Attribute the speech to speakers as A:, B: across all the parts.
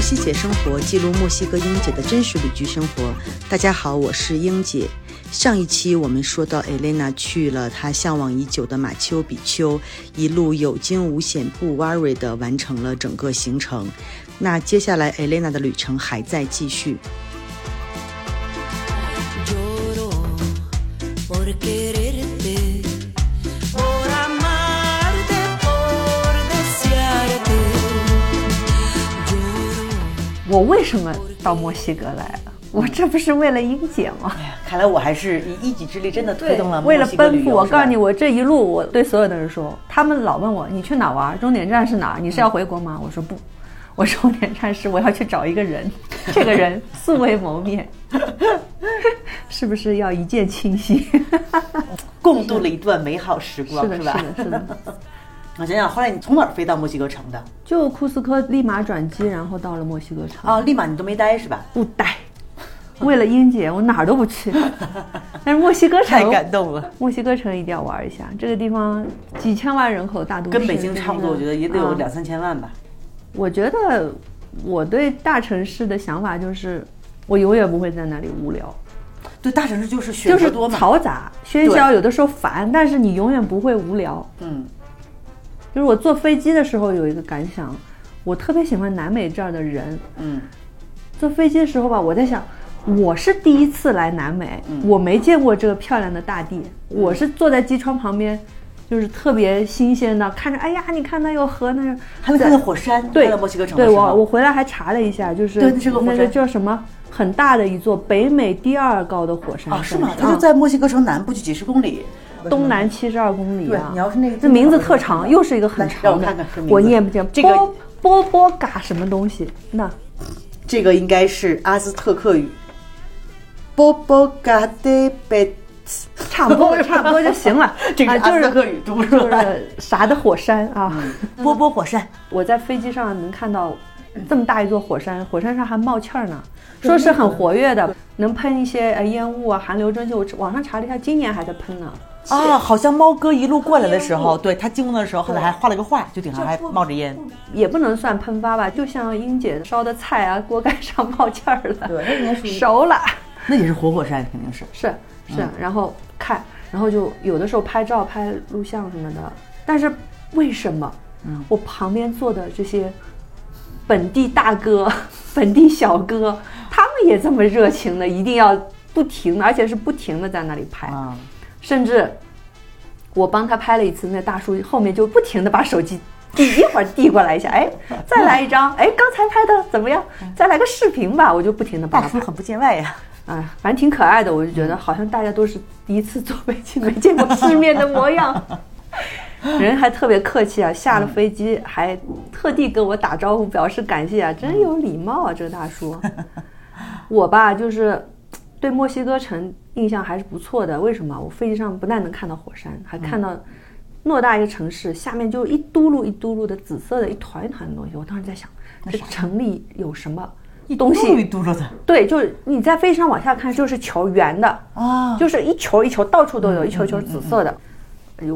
A: 西姐生活》记录墨西哥英姐的真实旅居生活。大家好，我是英姐。上一期我们说到 Elena 去了她向往已久的马丘比丘，一路有惊无险、不 worry 的完成了整个行程。那接下来 Elena 的旅程还在继续。
B: Lloro por quererte, por amarte, por desearte. Lloro
C: 我为什么到墨西哥来了？我这不是为了英姐吗？
D: 哎看来我还是以一己之力真的推动了
C: 为了
D: 墨西哥
C: 奔
D: 旅
C: 赴，
D: 游
C: 我
D: 是吧
C: 告诉你，我这一路我对所有的人说，他们老问我你去哪儿玩，终点站是哪儿？你是要回国吗？我说不，我终点站是我要去找一个 人，这个人素未谋面， 是不是要一见 倾心？
D: 共度了一段美好时光，
C: 是的，是
D: 吧？
C: 的，是的。
D: 我想想，后来你从哪儿飞到墨西哥城的？
C: 就库斯科立马转机，然后到了墨西哥城。
D: 哦，立马你都没待是吧？
C: 不待。为了英姐，我哪儿都 不去，但是墨西哥城
D: 太感动了。
C: 墨西哥城一定要玩一下，这个地方几千万人口大都市，
D: 跟北京差不多，我觉得也得有两三千万吧。
C: 啊我觉得我对大城市的想法就是，我永远不会在那里无聊，
D: 对，大城市就是
C: 就
D: 选择
C: 是
D: 多嘛。
C: 嘈杂喧嚣，有的时候烦，但是你永远不会无聊。
D: 嗯，
C: 就是我坐飞机的时候有一个感想，我特别喜欢南美这儿的人，
D: 嗯，
C: 坐飞机的时候吧，我在想，我是第一次来南美，
D: 嗯
C: 我没见过这个漂亮的大地，我是坐在机窗旁边，就是特别新鲜的，看着，哎呀，你看那有河，那有
D: 还能看到火山。
C: 对
D: 看到墨西哥城的
C: 对
D: 时候
C: 我我回来还查了一下，就是
D: 对那是个火山
C: 那个叫什么很大的一座北美第二高的火山
D: 啊，是吗？
C: 算
D: 它就在墨西哥城南部就几十公里。
C: 东南七十二公里
D: 对
C: 啊！
D: 你要是那个
C: 这名字特长，又是一个很
D: 来让
C: 长
D: 我
C: 的，
D: 看看这名字
C: 我念不见。
D: 这个
C: 波波波嘎什么东西？那
D: 这个应该是阿兹特克语。波波嘎德 贝茨，
C: 差啊不多，差不多就行了
D: 。这个
C: 啊
D: 是
C: 就
D: 阿兹特
C: 是
D: 克语，读不出
C: 就
D: 来。嗯
C: 是啥的火山啊！
E: 嗯
D: 波波火山，
C: 我在飞机上能看到这么大一座火山，火山上还冒气儿呢，说是很活跃的，能喷一些呃烟雾啊、含硫蒸气。我网上查了一下，今年还在喷呢。
D: 啊，好像猫哥一路过来的时
C: 哎
D: 候，对他经过的时候，后来还画了个画，就顶上还冒着烟。
C: 也不能算喷发吧，就像英姐烧的菜啊，锅盖上冒气儿了，
D: 对那应该属于
C: 熟了，
D: 那也是活火山，肯定是。
C: 是是，然后看，然后就有的时候拍照、拍录像什么的，但是为什么，我旁边坐的这些本地大哥、 本地小哥，他们也这么热情的，一定要不停的，而且是不停的在那里拍，
D: 啊，
C: 甚至我帮他拍了一次，那大叔后面就不停的把手机递一会儿递过来一下，哎，再来一张，哎，刚才拍的怎么样？再来个视频吧，我就不停的帮
D: 大
C: 他
D: 叔
C: 拍，
D: 很不见外呀。
C: 哎，反正挺可爱的，我就
D: 嗯
C: 觉得好像大家都是第一次坐飞机， 没见过世面的模样。 人还特别客气啊，下了飞机
D: 嗯
C: 还特地跟我打招呼，表示感谢啊，真有礼貌啊，这个大叔。 我吧，就是对墨西哥城印象还是不错的。为什么？我飞机上不但能看到火
D: 嗯
C: 山，还看到偌大一个城市下面就一嘟噜一嘟噜的紫色的一团一团的东西。我当时在想，这城里有什么东西？
D: 终于嘟噜的
C: 对，就是你在飞机上往下看，就是球圆的，
D: 啊，
C: 就是一球一球到处都有，一球一球紫色的。哎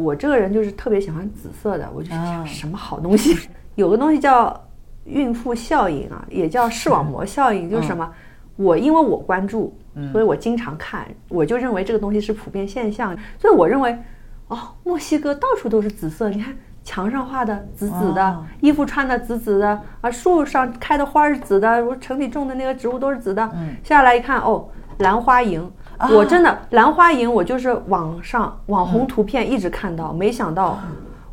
C: 我这个人就是特别喜欢紫色的，我就想什么好东西？ 有个东西叫孕妇效应啊，也叫视网膜效应，就是什么？我因为我关注，所以我经常看，我就认为这个东西是普遍现象，所以我认为，哦，墨西哥到处都是紫色，你看。墙上画的紫紫的，
D: 哦
C: 衣服穿的紫紫的，啊，树上开的花是紫的，我城里种的那个植物都是紫的。下来一看，哦，兰花楹。
D: 啊
C: 我真的兰花楹，我就是网上网红图片一直看
D: 嗯
C: 到，没想到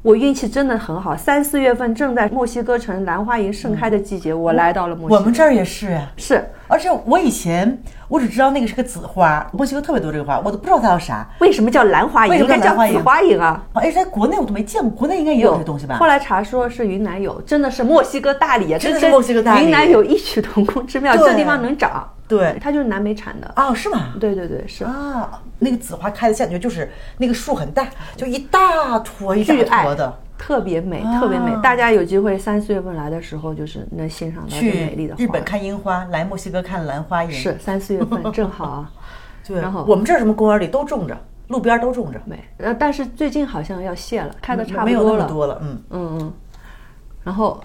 C: 我运气真的很好，三四月份正在墨西哥城兰花楹盛开的季节，我来到了墨
D: 嗯
C: 西
D: 我
C: 哥。
D: 们这儿也是呀。
C: 是
D: 而且我以前我只知道那个是个紫花，墨西哥特别多这个花，我都不知道它叫啥。
C: 为什么叫兰花楹？
D: 为什
C: 应
D: 么叫
C: 该叫
D: 兰花楹
C: 紫花楹啊。
D: 哎，在国内我都没见过，国内应该也有这东西吧？
C: 后来查说是云南有，真的是墨西哥大理啊，
D: 真的
C: 这
D: 是
C: 跟
D: 墨西哥大理
C: 云南有异曲同工之妙，
D: 对
C: 这地方能长，
D: 对
C: 它就是南美产的。
D: 啊，是吗？
C: 对对对，是
D: 啊，那个紫花开的感觉就是那个树很大，就一大坨一
C: 巨
D: 大
C: 爱
D: 坨的。，
C: 特别美，
D: 啊
C: 特别美。大家有机会三四月份来的时候，就是能欣赏到这美丽
D: 去
C: 的花。
D: 日本看樱花，来墨西哥看兰花也
C: 是。三四月 份正好啊，
D: 嗯对，
C: 然后
D: 我们这儿什么公园里都种着，路边都种着，
C: 美。呃，但是最近好像要谢了，嗯开的差不
D: 没有
C: 多
D: 那
C: 了。
D: 么多了。嗯，
C: 嗯嗯。然后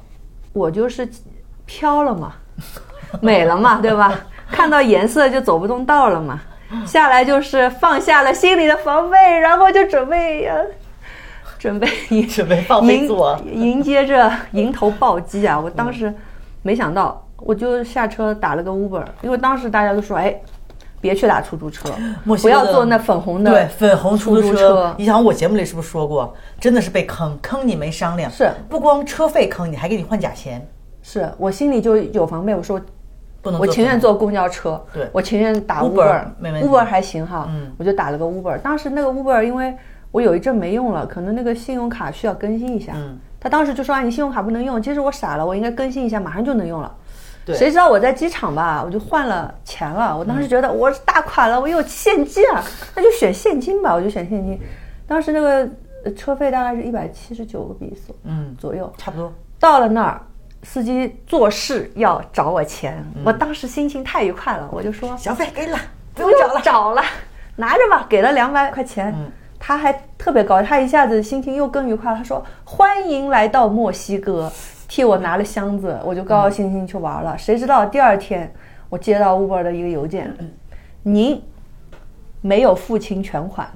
C: 我就是飘了嘛， 美了嘛， 对吧？看到颜色就走不动道了嘛。下来就是放下了心里的防备，然后就准备呀、准备 迎
E: 准备放飞自我
C: 迎迎接着迎头暴击啊！我当时没想到，我就下车打了个 Uber，因为当时大家都说，哎，别去打出租车，
E: 墨西
C: 不
E: 哥
C: 要
E: 的
C: 坐那粉红的
E: 对粉红出租
C: 出租
E: 车
C: 车，
E: 你想我节目里是不是说过，真的是被坑，坑你没商量，
C: 是
E: 不光车费坑你，还给你换假钱，
C: 是我心里就有防备，我说
E: 不能
C: 我
E: 坐
C: 情愿
E: 车
C: 坐公交车，
E: 对
C: 我情愿打
E: Uber，
C: Uber，Uber
E: 没问题
C: 还行哈，
E: 嗯
C: 我就打了个 Uber。当时那个 Uber 因为我有一阵没用了，可能那个信用卡需要更新一下，
E: 嗯
C: 他当时就说啊你信用卡不能用，其实我傻了，我应该更新一下，马上就能用了。
E: 对嗯
C: 谁知道我在机场吧，我就换了钱了。我当时觉得我是大款了，我有现金啊，那就选现金吧，我就选现金。当时那个呃车费大概是一百七十九个比索，
E: 嗯
C: 左右，
E: 差不多，
C: 到了那儿，司机做事要找我钱，我当时心情太愉快了，我就说
E: 小费给你了，
C: 不用找了，找了， 拿着吧，给了两百块钱。
E: 嗯
C: 他还特别高兴，他一下子心情又更愉快了。他说：“欢迎来到墨西哥。”替我拿了箱子，我就高高兴兴去玩了。谁知道第二天我接到 Uber 的一个邮件，您没有付清全款。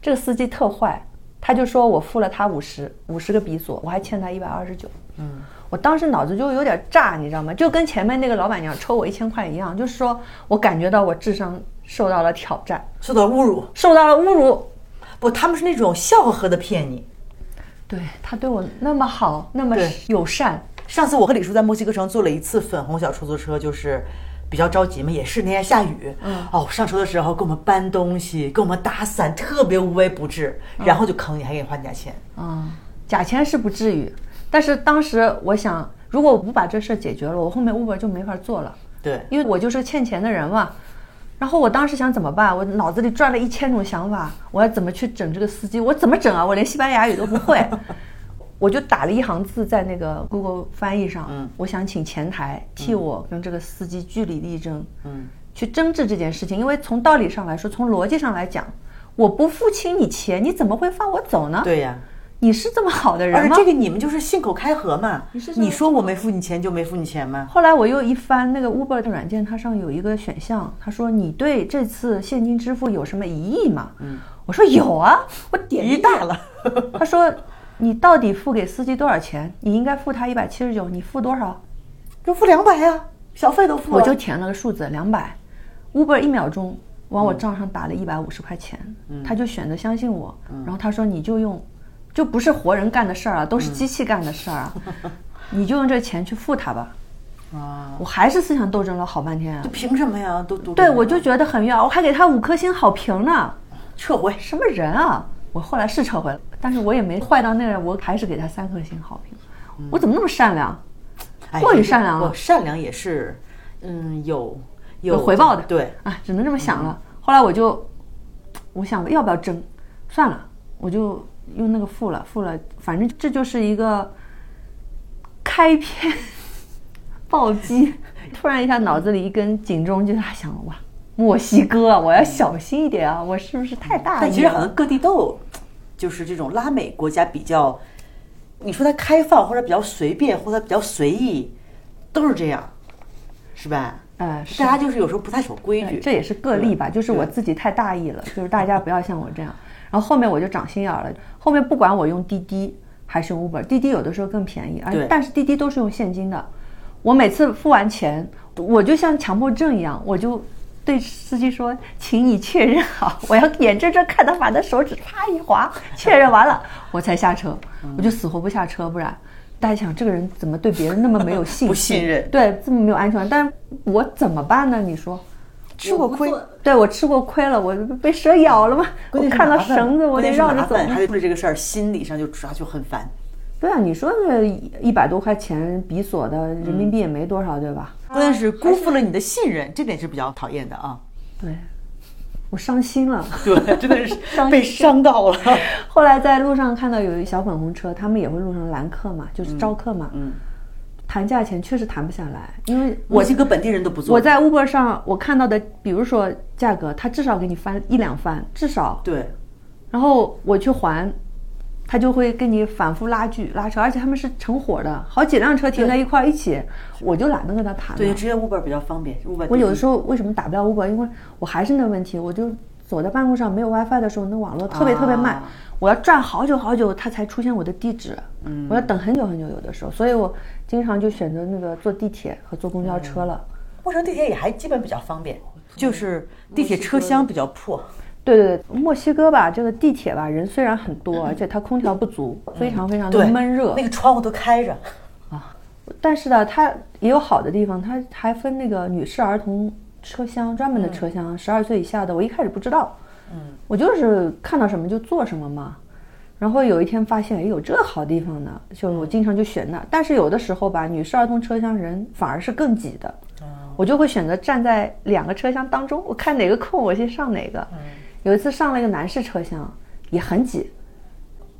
C: 这个司机特坏，他就说我付了他五十五十个比索，我还欠他一百二十九。嗯，我当时脑子就有点炸，你知道吗？就跟前面那个老板娘抽我一千块一样，就是说我感觉到我智商受到了挑战，
E: 受到侮辱，
C: 受到了侮辱。
E: 不，他们是那种笑呵呵的骗你。
C: 对他对我那么好，那么
E: 对
C: 友善，
E: 上次我和李叔在墨西哥城坐了一次粉红小出租车，就是比较着急嘛，也是那天下雨，
C: 嗯
E: 哦，上车的时候给我们搬东西，给我们打伞，特别无微不至，
C: 嗯
E: 然后就坑你，还给你换假钱，
C: 啊、假钱是不至于，但是当时我想，如果我不把这事儿解决了，我后面 Uber 就没法做了，
E: 对，
C: 因为我就是欠钱的人嘛。然后我当时想怎么办？我脑子里转了一千种想法，我要怎么去整这个司机？我怎么整啊？我连西班牙语都不会。 我就打了一行字在那个 Google 翻译上，
E: 嗯
C: 我想请前台替我跟这个司机据理力争，
E: 嗯，
C: 去争执这件事情，因为从道理上来说，从逻辑上来讲，我不付清你钱，你怎么会放我走呢？
E: 对呀、
C: 你是这么好的
E: 而
C: 人
E: 且
C: 吗？
E: 这个你们就是信口开河嘛，
C: 你是这么
E: 你说我没付你钱就没付你钱吗？
C: 后来我又一翻那个 Uber 的软件，它上有一个选项，他说你对这次现金支付有什么疑义吗？嗯，我说有啊，我点
E: 一
C: 一
E: 大了，
C: 他说你到底付给司机多少钱？你应该付他一百七十九，你付多少？
E: 就付两百呀，小费都付
C: 我
E: 了，
C: 就填了个数字两百，Uber 一秒钟往我账上打了一百五十块钱，他就选择相信我，然后他说你就用，就不是活人干的事儿啊，都是机器干的事儿啊， 你就用这钱去付他吧。
E: 啊，
C: 我还是思想斗争了好半天啊，
E: 凭什么呀？都都
C: 对我就觉得很冤，我还给他五颗星好评呢，
E: 撤回，
C: 什么人啊！我后来是撤回了，但是我也没坏到那样，我还是给他三颗星好评。我怎么那么善良？
E: 哎
C: 过于善良了
E: 我善良也是，嗯，有有
C: 有回报的，
E: 对，
C: 啊，只能这么想了。后来我就，我想要不要争，算了，我就用那个付了，付了，反正这就是一个开篇 暴击。突然一下，脑子里一根警钟，就是想哇，墨西哥啊，我要小心一点啊，我是不是太大意了？
E: 但其实好像各地都有，就是这种拉美国家比较，你说它开放或者比较随便或者比较随意，都是这样，是吧？
C: 呃，是
E: 大家就是有时候不太守
D: 哎
E: 规
C: 对
E: 矩，
C: 这也是个例吧，就是我自己太大意了，就是大家不要像我这样。然后后面我就长心眼儿了，后面不管我用滴滴还是用 Uber，滴滴有的时候更便宜，而
E: 对
C: 但是滴滴都是用现金的。我每次付完钱，我就像强迫症一样，我就对司机说：“请你确认好，我要眼睁睁看他把他手指啪一划，确认完了我才下车，
E: 嗯
C: 我就死活不下车，不然。”大家想，这个人怎么对别人那么没有信心？
E: 不信任
C: 对，这么没有安全感。但是我怎么办呢？你说，
E: 吃过亏，
C: 对我吃过亏了，我被蛇咬了嘛，我看到绳子我得绕着走
E: 关键是麻烦
C: 嘛
E: 还。得为了这个事儿，心理上就抓就很烦。
C: 对啊，你说这一百多块钱比索的人民币也没
E: 嗯
C: 多少，对吧？
E: 关键是辜负了你的信任，这点是比较讨厌 的啊。
C: 对，我伤心了。
E: 对，真的是被 伤到了。
C: 后来在路上看到有一小粉红车，他们也会路上拦客嘛，就是招客嘛。
E: 嗯，
C: 谈价钱确实谈不下来，因为
E: 墨西哥本地人都不做。
C: 我在 Uber 上我看到的，比如说价格，他至少给你翻一两番，至少。
E: 对，
C: 然后我去还，他就会跟你反复拉锯拉扯，而且他们是成伙的，好几辆车停在一块儿一起，我就懒得跟他谈了。
D: 嗯
E: 对，直接 Uber 比较方便。Uber
C: 我有的时
E: 候
C: 候为什么打不了 Uber？因为我还是那问题，我就走在半路上没有 WiFi 的时候，那网络特别特别慢，
E: 啊
C: 我要转好久好久，它才出现我的地址，
E: 嗯
C: 我要等很久很久，有的时候，所以我经常就选择那个坐地铁和坐公交车了。
E: 墨城地铁也还基本比较方便，就是地铁车厢比较破。
C: 对对对，墨西哥吧，这个地铁吧，人虽然很多，而且它空调不足，非常非常的
E: 嗯对，
C: 闷热。
E: 那个窗户都开着。
C: 但是呢，它也有好的地方，它还分那个女士儿童车厢，专门的车厢，十二、岁以下的。我一开始不知道，嗯，我就是看到什么就做什么嘛。然后有一天发现，哎，有这好地方呢，就我经常就选那。但是有的时候吧，女士儿童车厢人反而是更挤的，我就会选择站在两个车厢当中，我看哪个空我先上哪个。有一次上了一个男士车厢，也很挤，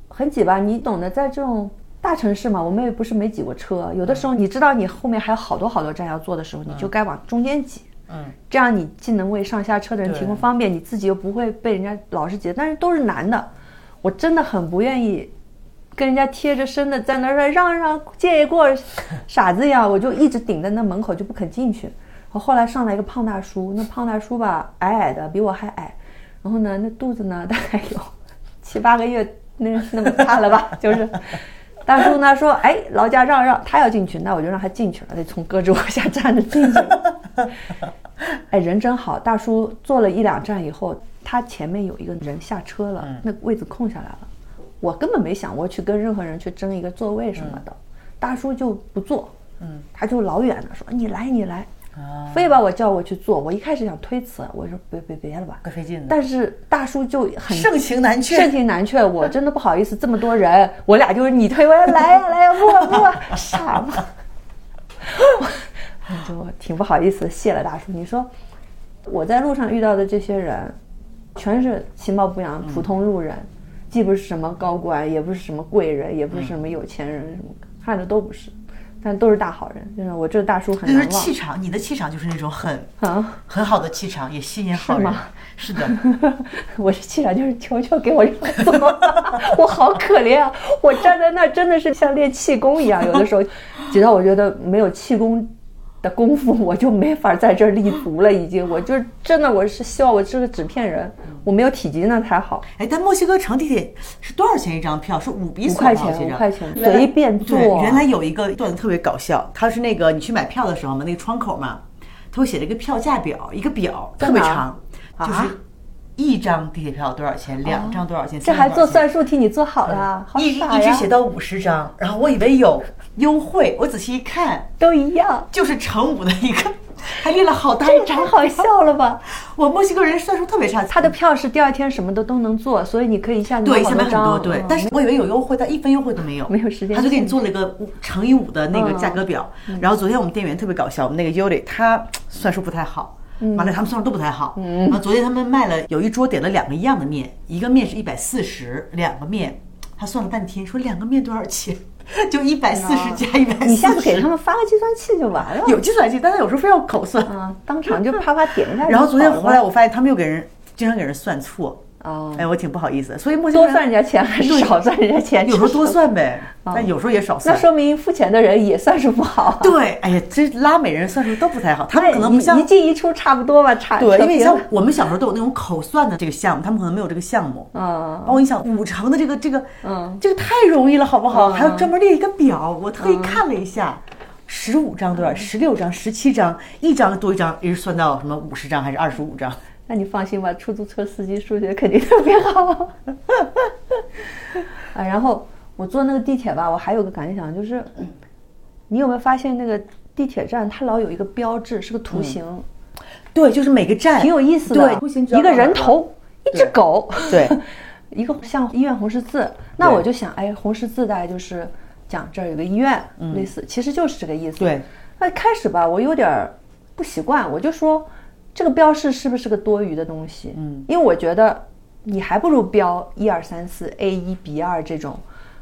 C: 很挤吧？你懂得，在这种大城市嘛，我们也不是没挤过车，有的时候你知道你后面还有好多好多站要坐的时候，你就该往中间挤。
E: 嗯，
C: 这样你既能为上下车的人
E: 对
C: 提供方便，你自己又不会被人家老是挤。但是都是男的，我真的很不愿意跟人家贴着身的在那儿说让让借一过，傻子一样，我就一直顶在那门口就不肯进去。然后后来上来一个胖大叔，那胖大叔吧，矮矮的，比我还矮，然后呢，那肚子呢大概有 七八个月那那么大了吧， 就是。大叔呢说：“哎，劳驾让让，他要进去，那我就让他进去了，他就从胳肢窝下站着进去了。哎，人真好，大叔坐了一两站以后，他前面有一个人下车了，那个位子空下来了。我根本没想过去跟任何人去争一个座位什么的，大叔就不坐，嗯，他就老远的说你来你来，非把我叫过去坐。我一开始想推辞，我说别别别了吧，
E: 怪费劲的
C: 但是大叔就很
E: 盛情难却
C: 盛情难却，我真的不好意思，这么多人， 我俩就是你推我来呀来呀，不啊不啊，傻吗？ 我就挺不好意思，谢了大叔。你说我在路上遇到的这些人，全是其貌不扬、普通路人，既不是什么高官，也不是什么贵人，也不是什么有钱人，什么看着都不是，但都是大好人。就是我这个大叔很
E: 但是
C: 难
E: 气
C: 忘
E: 场，你的气场就是那种很
C: 啊！
E: 很好的气场，也吸引好
C: 是
E: 人
C: 吗。
E: 是的，
C: 我这气场就是求求给我让座，我好可怜啊！我站在那儿真的是像练气功一样，有的时候挤到我觉得没有气功的功夫，我就没法在这儿立足了。已经，我就是真的，我是希望我是个纸片人，我没有体积那才好。
E: 哎，但墨西哥城地铁是多少钱一张票？是五比
C: 五
E: 索
C: 块
E: 吗
C: 钱，
E: 我记
C: 五
E: 着
C: 块钱，
E: 原来
C: 随便坐。
E: 对，原来有一个段子特别搞笑，它是那个你去买票的时候嘛，那个窗口嘛，它会写着一个票价表，一个表
C: 在
E: 特别
C: 哪儿
E: 长，就是
C: 啊
E: 一张地铁票多少钱，两张多少钱，
C: 这
E: 三
C: 还
E: 张
C: 做
E: 多少钱
C: 算术题，你做好了，哦啊好
E: 一
C: 傻
E: 一直
C: 呀
E: 写，到五十张，然后我以为有优惠，我仔细一看，
C: 都一样，
E: 就是乘五的一个，还列了好大
C: 这
E: 一
C: 太
E: 张。
C: 好笑了吧？
E: 我墨西哥人算术特别差，
C: 他的票是第二天什么的都能做，所以你可以一下子
E: 对
C: 弄
E: 下面
C: 好
E: 很
C: 张
E: 多对
C: 嗯，
E: 但是我以为有优惠，但一分优惠都没有，
C: 没有时间嗯
E: 他就给你做了一个五乘以五的那个价格表。然后昨天我们店员特别搞笑，我们那个 Yuri 他算术不太好。
C: 嗯
E: 完了，他们算术都不太好。然后昨天他们卖了有一桌点了两个一样的面，一个面是一百四十，两个面，他算了半天说两个面多少钱， 就一百四十加一百四
C: 嗯
E: 十。
C: 哎你下次给他们发个计算器就完了。
E: 有计算器，但他有时候非要口算。
C: 啊，当场就啪啪点一下就好了嘛。
E: 然后昨天回来，我发现他们又给人经常给人算错，
C: 哦
E: 哎，我挺不好意思的。所以墨西哥
C: 多算人家钱还是少算人家钱？
E: 有时候
C: 这
E: 多
C: 是，
E: 算呗，但有时候也少
C: 嗯那
E: 算。
C: 说明付钱的人也算是不好啊。
E: 对，哎呀，这拉美人算术都不太好，他们可能不
C: 哎一
E: 像
C: 一进一出差不多吧，差
E: 对，因为
C: 扯
E: 像
C: 平了
E: 我们小时候都有那种口算的这个项目，他们可能没有这个项目。
C: 嗯，
E: 包括你想五成的这个这个，
C: 嗯
E: 这个太容易了，好不好？
C: 嗯
E: 还要专门列一个表，我特意看了一下，十五张多少，十六张、十七张，一张多一张，一直算到什么五十张还是二十五张？
C: 那你放心吧，出租车司机数学肯定特别好。 啊，然后我坐那个地铁吧，我还有个感想就是，你有没有发现那个地铁站它老有一个标志，是个图
E: 嗯
C: 形，
E: 对，就是每个站
C: 挺有意思的，
E: 对，
C: 一个人头，一只狗，
E: 对，
C: 一个像医院红十字，那
E: 对
C: 我就想，哎，红十字大概就是讲这儿有个医院，类似，其实就是这个意思。
E: 对，
C: 那开始吧，我有点儿不习惯，我就说这个标示是不是个多余的东西？嗯，因为我觉得你还不如标一二三四 A 一 B 二这种。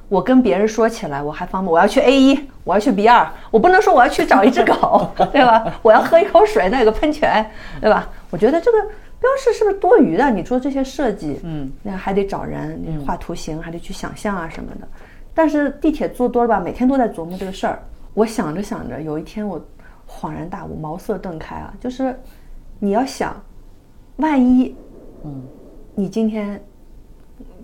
C: 我跟别人说起来，我还方便。我要去 A 一，我要去 B 二，我不能说我要去找一只狗，对吧？我要喝一口水，那有个喷泉，对吧？我觉得这个标识是不是多余的？你说这些设计，嗯，那还得找人，你画图形，还得去想象啊什么的。但是地铁坐多了吧，每天都在琢磨这个事儿。我想着想着，有一天我恍然大悟，茅塞顿开啊，就是你要想，万一，嗯，你今天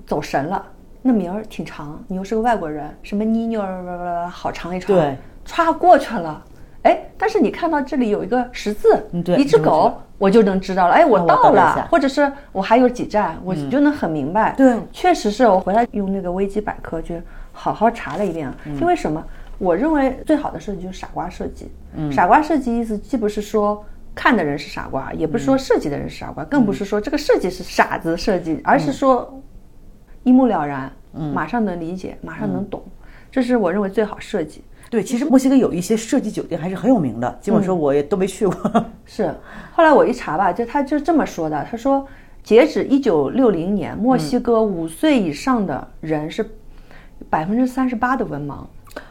C: 走神了，那名儿挺长，你又是个外国人，什么妮妞儿，好长一串，
E: 对，
C: 歘过去了。哎，但是你看到这里有一个十字
E: 嗯，对
C: 一只
E: 你就知
C: 狗
E: 道，
C: 我就能知道了。哎，我
E: 我
C: 到
E: 到了一
C: 了
E: 下，
C: 或者是我还有几站，我就能很明白。
E: 对
C: 确实是我回来用那个维基百科去好好查了一遍啊，因为什么？我认为最好的设计就是傻瓜设计。傻瓜设计意思既不是说看的人是傻瓜，也不是说设计的人是傻瓜，更不是说这个设计是傻子设计，而是说一目了然，马上能理解，马上能懂，这是我认为最好设计。
E: 对，其实墨西哥有一些设计酒店还是很有名的，尽管
C: 嗯
E: 说我也都没去过。
C: 是，后来我一查吧，就他就这么说的，他说，截止一九六零年，墨西哥五岁以上的人是百分之三十八的文盲，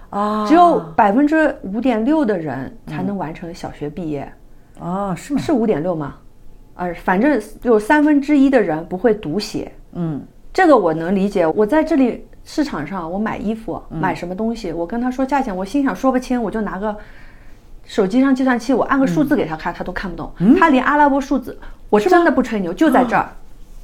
E: 啊
C: 只有百分之五点六的人才能完成小学毕业，
E: 啊，是吗？
C: 是五点六吗？呃，反正有三分之一的人不会读写，
E: 嗯，
C: 这个我能理解。我在这里市场上，我买衣服、
E: 嗯
C: 买什么东西，我跟他说价钱，我心想说不清，我就拿个手机上计算器，我按个数
E: 嗯
C: 字给他看，他都看不懂。他连阿拉伯数字，我真的不吹牛，就在这儿，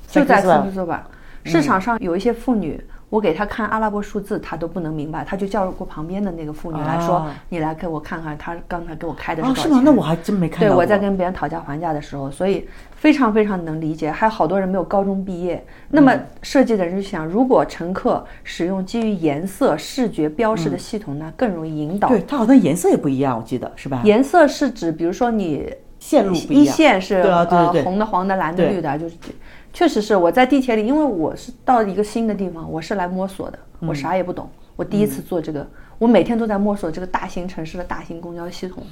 C: 就在
E: 啊在嗯科斯
C: 斯图吧。市场上有一些妇女，我给她看阿拉伯数字，她都不能明白，她就叫过旁边的那个妇女来说
E: 啊：“
C: 你来给我看看，她刚才给我开的
E: 啊，
C: 是多少
E: 是
C: 钱
E: 吗？？”那我还真没看
C: 对，
E: 到过。
C: 我在跟别人讨价还价的时候，所以非常非常能理解。还有好多人没有高中毕业，那么
E: 嗯
C: 设计的人就想，如果乘客使用基于颜色、视觉标识的系统，那更容易引导。
E: 嗯对它好像颜色也不一样，我记得是吧？
C: 颜色是指，比如说你
E: 线路不
C: 一
E: 一样。
C: 线是
E: 对啊对对对
C: 呃红的、黄的、蓝的、
E: 对
C: 绿的，就是确实是我在地铁里，因为我是到一个新的地方，我是来摸索的，
E: 嗯
C: 我啥也不懂，我第一次做这个，我每天都在摸索这个大型城市的大型公交系统。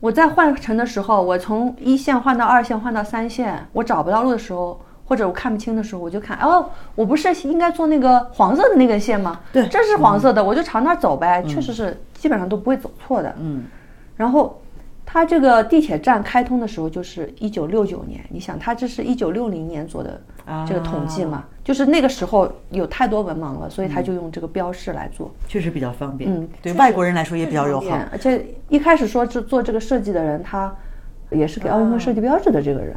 C: 我在换乘的时候，我从一线换到二线，换到三线，我找不到路的时候，或者我看不清的时候，我就看，哦，我不是应该坐那个黄色的那根线吗？
E: 对嗯
C: 这是黄色的，我就朝那儿走呗。确实是，基本上都不会走错的。嗯，然后它这个地铁站开通的时候就是一九六九年，你想它这是一九六零年做的这个统计嘛，就是那个时候有太多文盲了，所以他就用这个标示来做。
E: 确实比较方便，
C: 嗯
E: 对外国人来说也比较友
C: 方
E: 好
C: 便。而且一开始说这做这个设计的人，他也是给奥运会设计标志的这个人。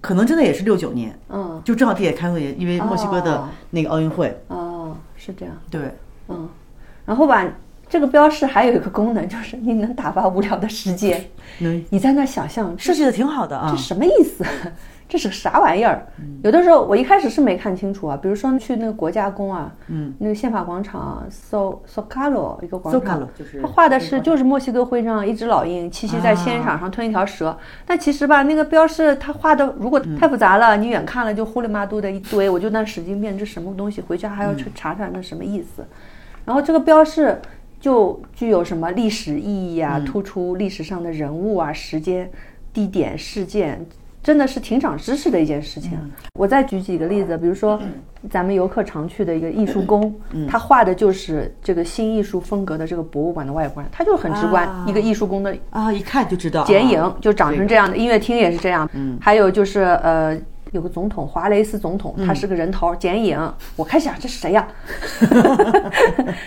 E: 可能真的也是六九年，
C: 嗯，
E: 就正好地铁开会，因为墨西哥的
C: 哦
E: 那个奥运会，
C: 哦，是这样。
E: 对，
C: 嗯，然后吧，这个标示还有一个功能，就是你能打发无聊的时间。
E: 能
C: 你在那想象
E: 设计的挺好的啊嗯
C: 这。什么意思？ 这是啥玩意儿？有的时候我一开始是没看清楚啊，比如说去那个国家宫啊，嗯，那个宪法广场啊，So Socalo 一个广场
E: Zócalo，就是
C: 他画的是就是墨西哥徽章，一只老鹰栖
E: 啊
C: 息在仙场上吞一条蛇。但其实吧，那个标示他画的如果
E: 嗯
C: 太复杂了，你远看了就糊里麻嘟的一堆，我就那使劲变这什么东西，回去还要
E: 嗯
C: 去查查那什么意思。然后这个标示就具有什么历史意义啊，突出历史上的人物啊、时间、地点、事件，真的是挺长知识的一件事情。啊我再举几个例子，比如说咱们游客常去的一个艺术宫，它画的就是这个新艺术风格的这个博物馆的外观，它就很直观，
E: 啊
C: 一个艺术宫的
E: 啊，一看就知道啊
C: 剪影就长成这样的，音乐厅也是这样。还有就是呃，有个总统，华雷斯总统，他是个人头剪影。我开始想这是谁呀、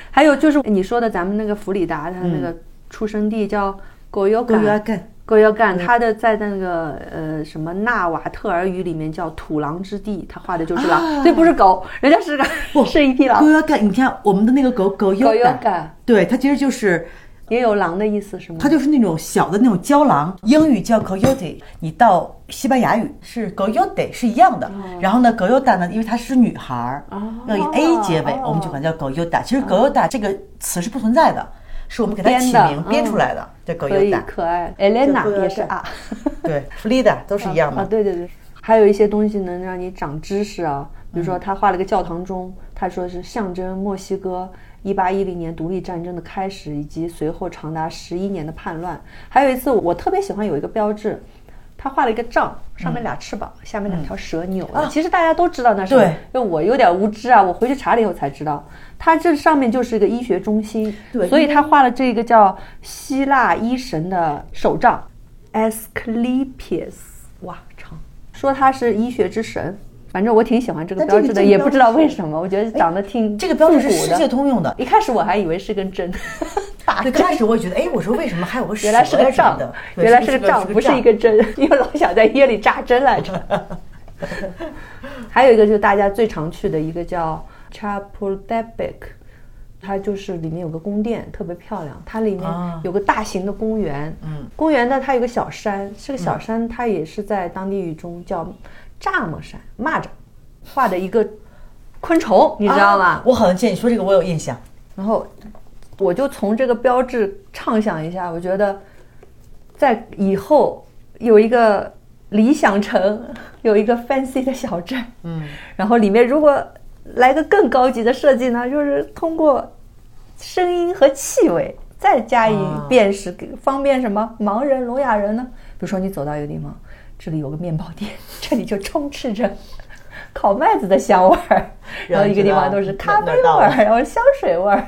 C: 还有就是你说的咱们那个弗里达，他那个出生地叫狗尤
E: 高
C: 干。
E: 于阿干，
C: 戈约干，他的在那个呃什么纳瓦特尔语里面叫土狼之地，他画的就是狼，所以不是狗，人家是个是一匹
E: 高
C: 狼。
E: 于阿干，你看我们的那个狗狗
C: 狗
E: 优
C: 约
E: 感，
C: 干
E: 对，它其实就是
C: 也有狼的意思是吗？
E: 它就是那种小的那种郊狼，
C: 嗯
E: 英语叫 coyote，你到西班牙语是 coyote 是一样的。
C: 哦
E: 然后呢，coyota 呢，因为它是女孩儿，要以 a 结
C: 哦
E: 尾，我们就管它叫 coyota。其实 coyota 这个词是不存在的，是我们给它
C: 编
E: 起
C: 的嗯
E: 名编出来的，叫
C: 可以
E: coyota。
C: 可爱，Elena 也是啊。
E: 对，Frida 都是一样
C: 啊，
E: 的。
C: 对对对，还有一些东西能让你长知识啊，比
E: 嗯
C: 如说他画了个教堂钟，他说是象征墨西哥一八一零年独立战争的开始以及随后长达十一年的叛乱。还有一次我特别喜欢有一个标志。他画了一个杖，上
E: 嗯
C: 面俩翅膀，下面两条蛇扭的。其实大家都知道那是，
E: 啊对
C: 因为我有点无知啊，我回去查了以后才知道，它这上面就是一个医学中心，
E: 对
C: 所以他画了这个叫希腊医神的手杖 Asclepius，哇，长，说他是医学之神。反正我挺喜欢这个
E: 但这
C: 标
E: 个
C: 志的，
E: 这个
C: 也
E: 标
C: 不知
E: 志
C: 道
E: 是
C: 为什么，我觉得长得挺
E: 这个标志是
C: 复古
E: 世界
C: 的。
E: 通用的。
C: 一开始我还以为是根 针，打
E: 对，
C: 针
E: 刚开始我也觉得，哎，我说为什么还有个蛇啊
C: 原来是个
E: 呀什么
C: 杖
E: 的，对
C: 原来是个
E: 杖
C: 杖，，不是一个针，因为老想在夜里扎针来着。还有一个就是大家最常去的一个叫 Chapultepec，它就是里面有个宫殿，特别漂亮。它里面
E: 啊
C: 有个大型的公园，
E: 嗯，
C: 公园呢它有个小山，这个小山它也是在当地语中叫蚱蜢山，蚂蚱画的一个昆虫，你知道吗？
E: 啊我好像见你说这个，我有印象。
C: 然后我就从这个标志畅想一下，我觉得在以后有一个理想城， 有一个 fancy 的小镇，嗯，然后里面如果来个更高级的设计呢，就是通过声音和气味再加以
E: 啊
C: 辨识，给方便什么盲人、聋哑人呢？比如说你走到一个地方，这里有个面包店， 这里就充斥着 烤麦子的香味儿，然后一个地方都是咖啡味
E: 哪儿
C: 儿
E: 到，
C: 然后香水味儿，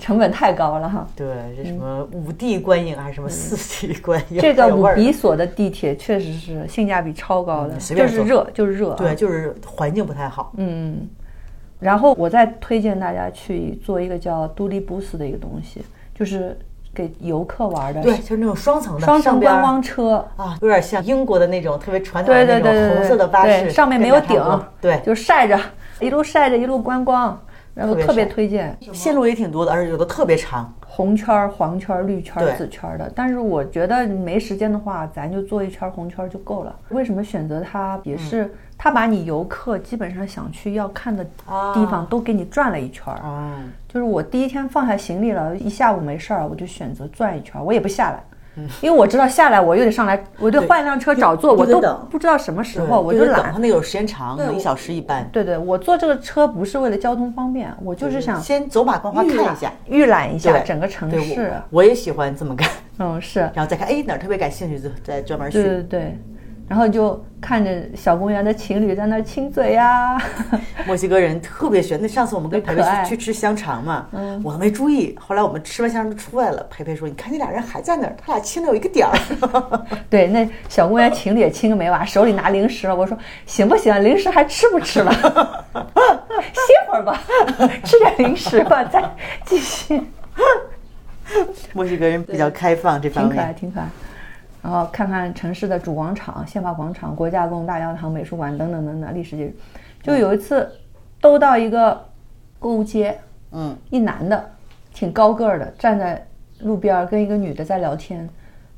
C: 成本太高了哈。
E: 对，这什么五 D 观影还是什么四 D 观影？
C: 嗯这个
E: 有
C: 五
E: 味儿
C: 比索的地铁确实是性价比超高的，
E: 嗯随
C: 就
E: 便
C: 是
E: 坐
C: 热，就是热、啊。
E: 对，，就是环境不太好。
C: 嗯。然后我再推荐大家去做一个叫都利布斯的一个东西，就是给游客玩的，
E: 对，就是那种双层的
C: 双
E: 上
C: 层
E: 边
C: 观
E: 儿
C: 光车。
E: 啊，有点像英国的那种特别传统
C: 对
E: 的
C: 对
E: 那
C: 对对
E: 种
C: 对，
E: 红色的巴
C: 对
E: 士，
C: 上面没有
E: 跟
C: 顶
E: 俩差不多，对，
C: 就晒着，一路晒着一路观光，然后
E: 特别
C: 特别
E: 晒
C: 推荐。
E: 线路也挺多的，而且有的特别长。
C: 红圈儿、黄圈儿、绿圈儿、
E: 对
C: 紫圈儿的。但是我觉得没时间的话，咱就做一圈儿红圈儿就够了。为什么选择它？
E: 嗯
C: 也是它把你游客基本上想去要看的地方
E: 啊
C: 都给你转了一圈儿。
E: 嗯，
C: 就是我第一天放下行李了，一下午没事儿，我就选择转一圈儿，我也不下来。因为我知道下来我又得上来，我得
E: 嗯对
C: 换一辆车找座，
E: 又
C: 我
E: 得
C: 都
E: 等
C: 不知道什么时
E: 对
C: 候，我
E: 对
C: 就
E: 得
C: 懒
E: 等。它那有时间长，可能
C: 我
E: 一小时一班。
C: 对对，我坐这个车不是为了交通方便，我就是想
E: 嗯先走马观花
C: 预览嗯啊
E: 看一下，
C: 预览一下
E: 对，
C: 整个城
E: 对
C: 市。
E: 我我也喜欢这么干，
C: 嗯，是。
E: 然后再看哎哪儿特别感兴趣，就再专门
C: 对
E: 去。
C: 对对，然后就看着小公园的情侣在那儿亲嘴呀、
E: 墨西哥人特别喜欢。那上次我们跟
C: 特
E: 培
C: 可爱嗯
E: 培去去吃香肠嘛，我都没注意。后来我们吃完香肠就出来了，培培说：“你看那俩人还在那儿，他俩亲的有一个点儿。
C: 对，那小公园情侣也亲个没完，手里拿零食了。我说行不行啊？零食还吃不吃了？歇会儿吧，吃点零食吧，再继续。”
E: 墨西哥人比较开放这方
C: 挺可爱，
E: 面。
C: 挺可爱。然后看看城市的主广场、宪法广场、国家宫、大教堂、美术馆等等等等历史建筑。就有一次兜到一个购物街，
E: 嗯，
C: 一男的挺高个儿的站在路边儿跟一个女的在聊天，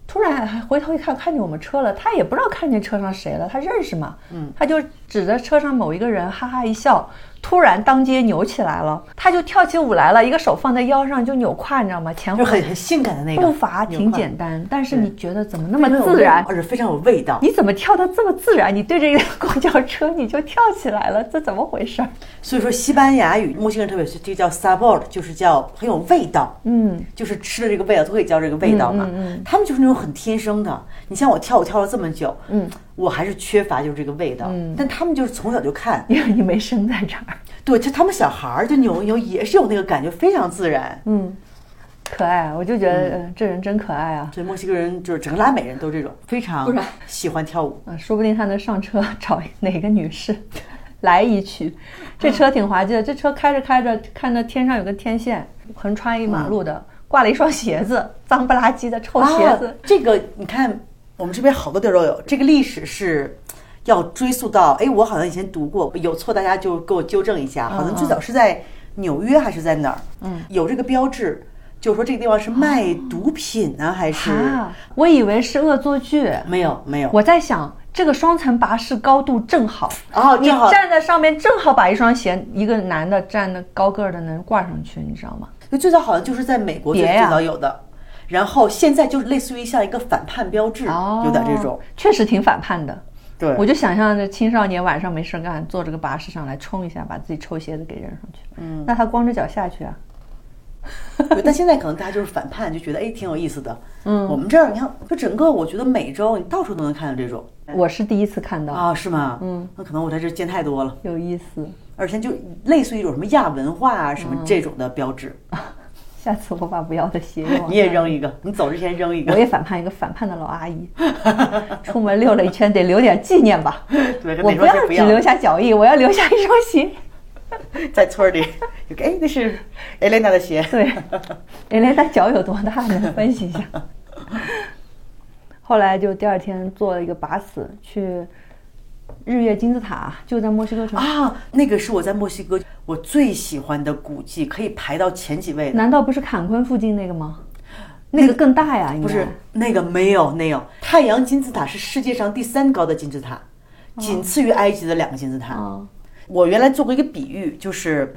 C: 突然还回头一看看见我们车了，他也不知道看见车上谁了，他认识吗？嗯，他就指着车上某一个人哈哈一笑，突然当街扭起来了，他就跳起舞来了，一个手放在腰上就扭胯，你知道吗？前
E: 就
C: 后
E: 很很性感的那个嗯
C: 步伐挺简单，但是你觉得怎么那么自然？
E: 而且非常有味道。
C: 你怎么跳的这么自然？你对着一辆公交车你就跳起来了，这怎么回事儿？
E: 所以说，西班牙语墨西哥人特别喜这个叫 sabor，就是叫很有味道。
C: 嗯，
E: 就是吃的这个味道都可以叫这个味道嘛。
C: 嗯嗯
E: 他们就是那种很天生的。你像我跳舞跳了这么久，
C: 嗯，
E: 我还是缺乏就是这个味道。
C: 嗯
E: 但他们就是从小就看，
C: 因为你没生在这儿，
E: 对，就他们小孩儿就扭一扭也是有那个感觉，非常自然。
C: 嗯，可爱，我就觉得、嗯、这人真可爱啊。
E: 所以墨西哥人就是整个拉美人都这种，非常
C: 然
E: 喜欢跳舞。
C: 啊，说不定他能上车 找哪个女士 来一曲。这车挺滑稽的，这车开着开着，看到天上有个天线，横穿一马路的，挂了一双鞋子，脏不拉几的臭 鞋子
E: 嗯啊。这个你看，我们这边好多地儿都有。这个历史是要追溯到，哎，我好像以前读过，有错大家就给我纠正一
C: 嗯
E: 下。好像最早是在纽约还是在哪儿？嗯，有这个标志，就是说这个地方是卖毒品呢，还是
C: 啊，我以为是恶作剧。
E: 没有没有？
C: 我在想，这个双层巴士高度正好，
E: 哦，
C: 你
E: 正好
C: 站在上面正好把一双鞋，一个男的站的高个儿的能挂上去，你知道吗？
E: 就最早好像就是在美国最
C: 别
E: 最
C: 呀
E: 早有的。然后现在就是类似于像一个反叛标志，
C: 哦
E: 有点这种，
C: 确实挺反叛的。
E: 对，
C: 我就想象着青少年晚上没事干，坐这个巴士上来冲一下，把自己臭鞋子给扔上去。嗯，那他光着脚下去啊？
E: 对但现在可能大家就是反叛，就觉得哎挺有意思的。嗯，我们这儿你看，就整个我觉得美洲你到处都能看到这种
C: 我是第一次看到，
E: 啊，是吗？嗯，那可能我在这儿见太多了，
C: 有意思。嗯
E: 而且就类似于一种什么亚文化啊什么这种的标志，
C: 下次我把不要的 鞋也往
E: 你也
C: 下
E: 扔一个，你走之前扔一
C: 哦我
E: 个，
C: 也反叛一个反叛的老阿姨， 出门溜了一圈得留点纪念 吧。
E: 对，跟
C: 我
E: 哪
C: 不
E: 双鞋
C: 要
E: 不
C: 只
E: 要
C: 留下脚印，我要留下一双鞋。
E: 在 村儿里，有个哎，那是 Elena 的鞋，
C: 对，连连她脚有多大呢？分析一下。后来就第二天做了一个拔死，去日月金字塔，就在墨西哥城。
E: 啊，那个是我在墨西哥我最喜欢的古迹，可以排到前几位的。
C: 难道不是坎昆附近那个吗？那个更大呀，应该
E: 不是那个没有没有，太阳金字塔是世界上第三高的金字塔，
C: 哦
E: 仅次于埃及的两个金字塔。
C: 啊，
E: 我原来做过一个比喻，就是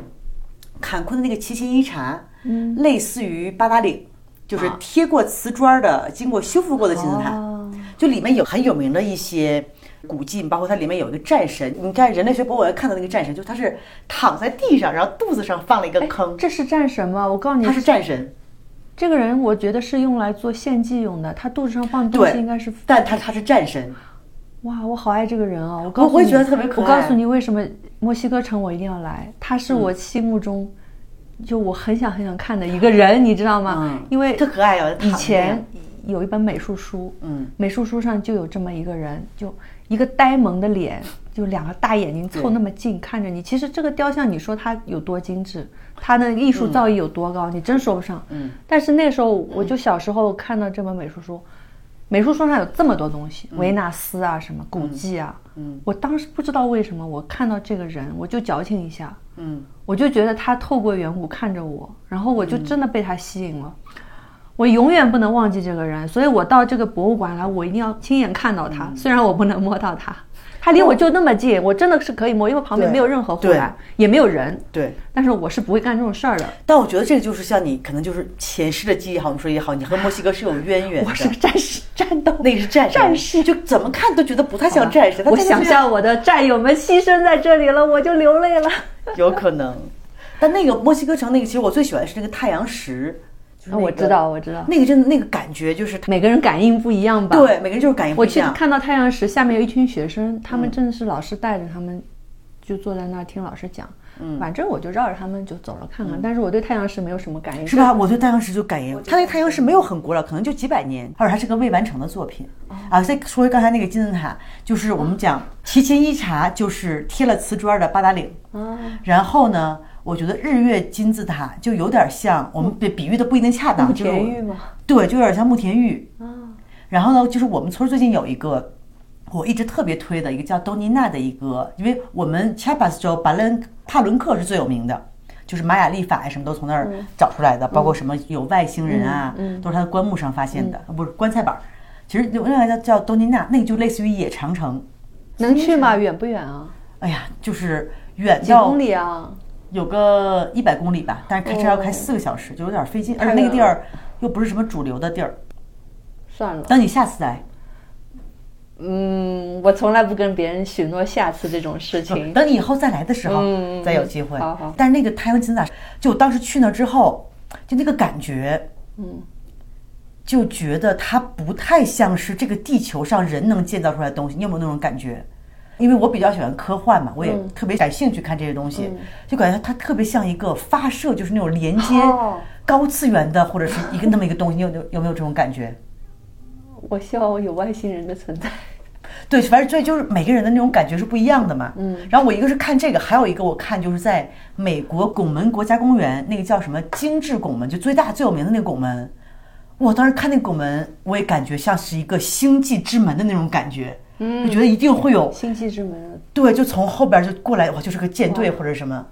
E: 坎昆的那个奇琴伊察，
C: 嗯
E: 类似于八达岭，就是贴过瓷砖的、经过修复过的金字塔，
C: 啊哦
E: 就里面有很有名的一些。古迹，包括它里面有一个战神，你看人类学博物馆看到那个战神，就是他是躺在地上，然后肚子上放了一个
C: 哎
E: 坑，
C: 这是战神吗？我告诉你
E: 他，是战神，
C: 这个人我觉得是用来做献祭用的，他肚子上放的东
E: 对
C: 西应该是
E: 但他他是战神，
C: 哇，我好爱这个人啊！我告诉你，
E: 我也觉得特别可
C: 我告诉
E: 爱
C: 你为什么墨西哥城我一定要来，他是我心目中、就我很想很想看的一个人，你知道吗？
E: 嗯
C: 因为
E: 特可爱哦
C: 以
E: 躺着呀
C: 前有一本美术书，
E: 嗯，
C: 美术书上就有这么一个人，就一个呆萌的脸，就两个大眼睛凑那么近看着你。其实这个雕像，你说它有多精致，它的艺
E: 嗯
C: 术造诣有多高，你真说不上。嗯，但是那时候我就小时候看到这本美术书。美术书上有这么多东
E: 嗯
C: 西，维纳斯啊，什么古迹啊，嗯，我当时不知道为什么，我看到这个人我就矫情一下，
E: 嗯，
C: 我就觉得他透过远古看着我，然后我就真的被他吸引了，我永远不能忘记这个人，所以我到这个博物馆来，我一定要亲眼看到他，虽然我嗯不能摸到他，他离我就那么近，我真的是可以摸，因为旁边
E: 对
C: 没有任何护
E: 对
C: 栏，也没有人，
E: 对。
C: 但是我是不会干这种事儿的，
E: 但我觉得这个就是像你，可能就是前世的记忆也好，你说也好，你和墨西哥是有渊源的。
C: 我是个战士战斗。
E: 那个是战神，
C: 战士
E: 就怎么看都觉得不太像战士。他
C: 我
E: 真的
C: 想
E: 是像
C: 象我的战友们牺牲在这里了，我就流泪了。
E: 有可能，但那个墨西哥城那个，其实我最喜欢的是那个太阳石，就是那个
C: 哦我知道，我知道，
E: 那个真的那个感觉就是它，
C: 每个人感应不一样嗯吧？，
E: 对，每个人就是感应不
C: 我
E: 一
C: 去
E: 样。
C: 看到太阳石，下面有一群学生，他们正是老师带着他们，就坐在那儿听老师讲。嗯，反正我就绕着他们就走了看看，但是我对太阳石没有什么感应，
E: 是吧？我对太阳石就感应，它那个太阳石没有很古老，可能就几百年，而且它是个未完成的作品。
C: 哦
E: 啊，再说回刚才那个金字塔，就是我们讲奇琴伊察，就是贴了瓷砖的八达岭。然后呢，我觉得日月金字塔就有点像我们比比喻的不一定恰当，
C: 慕
E: 就是
C: 田
E: 我
C: 峪吗？啊
E: 对，就有点像慕田峪。然后呢，就是我们村儿最近有一个。我一直特别推的一个叫东尼娜的一个，因为我们恰巴斯州巴伦帕伦克是最有名的，就是玛雅历法呀什么都从那儿
C: 嗯
E: 找出来的，包括什么有外星人啊，都是他的棺木上发现的，啊
C: 嗯
E: 不是棺材板儿。其实有另外一个叫叫东尼娜，那个就类似于野长城。
C: 能去吗？远不远啊？
E: 哎呀，就是远
C: 几
E: 到
C: 公里啊？
E: 有个一百公里吧，但是开车要开
C: 哦
E: 四个小时，就有点费劲，
C: 太
E: 而且那个地
C: 远
E: 儿又不是什么主流的地儿。
C: 算了，
E: 等你下次来，
C: 嗯，我从来不跟别人许诺下次这种事情。
E: 等你以后再来的时候，
C: 嗯
E: 再有机会。
C: 好好
E: 但是那个太阳金字塔，就我当时去那之后，就那个感觉，
C: 嗯，
E: 就觉得它不太像是这个地球上人能建造出来的东西。你有没有那种感觉？因为我比较喜欢科幻嘛，我
C: 嗯
E: 也特别感兴趣看这些东西，就感觉它特别像一个发射，就是那种连接
C: 哦
E: 高次元的，或者是一个那么一个东西。你有有有没有这种感觉？
C: 我希望有外星人的存在。
E: 对，反正所以就是每个人的那种感觉是不一样的嘛。嗯，然后我一个是看这个，还有一个我看就是在美国拱门国家公园那个叫什么精致拱门，就最大最有名的那个拱门。我当时看那个拱门，我也感觉像是一个星际之门的那种感觉。嗯，我觉得一定会有，
C: 星际之门，
E: 对，就从后边就过来，哇，就是个舰队或者什么。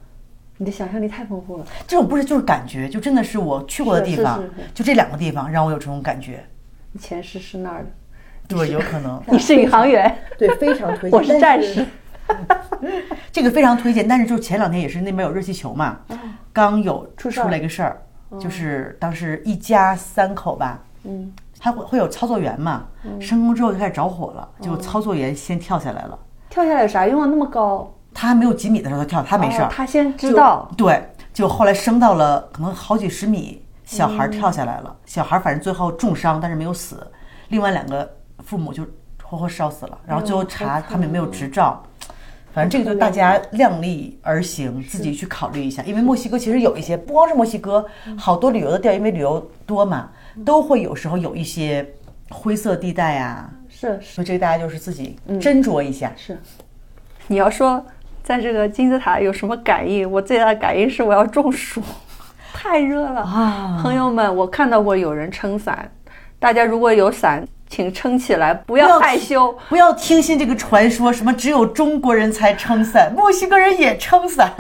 C: 你的想象力太丰富了。
E: 这种不是就是感觉，就真的是我去过的
C: 是
E: 地
C: 是
E: 方，
C: 是是
E: 就这两个地方让我有这种感觉。
C: 你前世是那儿的，
E: 对，有可能。
C: 你是宇航员，
D: 对，非常推荐。
C: 我是战
D: 但
C: 士。
E: 这个非常推荐，但是就是前两天也是那边有热气球嘛，刚有出
C: 事儿
E: 了一个事儿，就是当时一家三口吧，嗯，他会会有操作员嘛，升空之后就开始着火了，就操作员先跳下来了，
C: 跳下来有啥用啊？那么高，
E: 他还没有几米的时候他跳，他没事
C: 哦
E: 儿，
C: 他先知道，
E: 对，就后来升到了可能好几十米，小孩儿跳下来
C: 嗯
E: 了，小孩儿反正最后重伤，但是没有死，
C: 嗯
E: 另外两个父母就活活烧死了，然后最后查他们也没有执照，反正这个就大家量力而行，自己去考虑一
C: 嗯
E: 下。因为墨西哥其实有一些，不光是墨西哥，好多旅游的地儿，因为旅游多嘛，
C: 嗯
E: 都会有时候有一些灰色地带啊。
C: 是是。
E: 所以这个大家就是自己
C: 嗯
E: 斟酌一下。
C: 你要说在这个金字塔有什么感应，我最大的感应是我要中暑， 太热了
E: 啊
C: 朋友们，我看到过有人撑伞，大家如果有伞，请撑起来，不
E: 不
C: 要
E: 要
C: 害羞。
E: 不要听信这个传说，什么只有中国人才撑伞，墨西哥人也撑伞，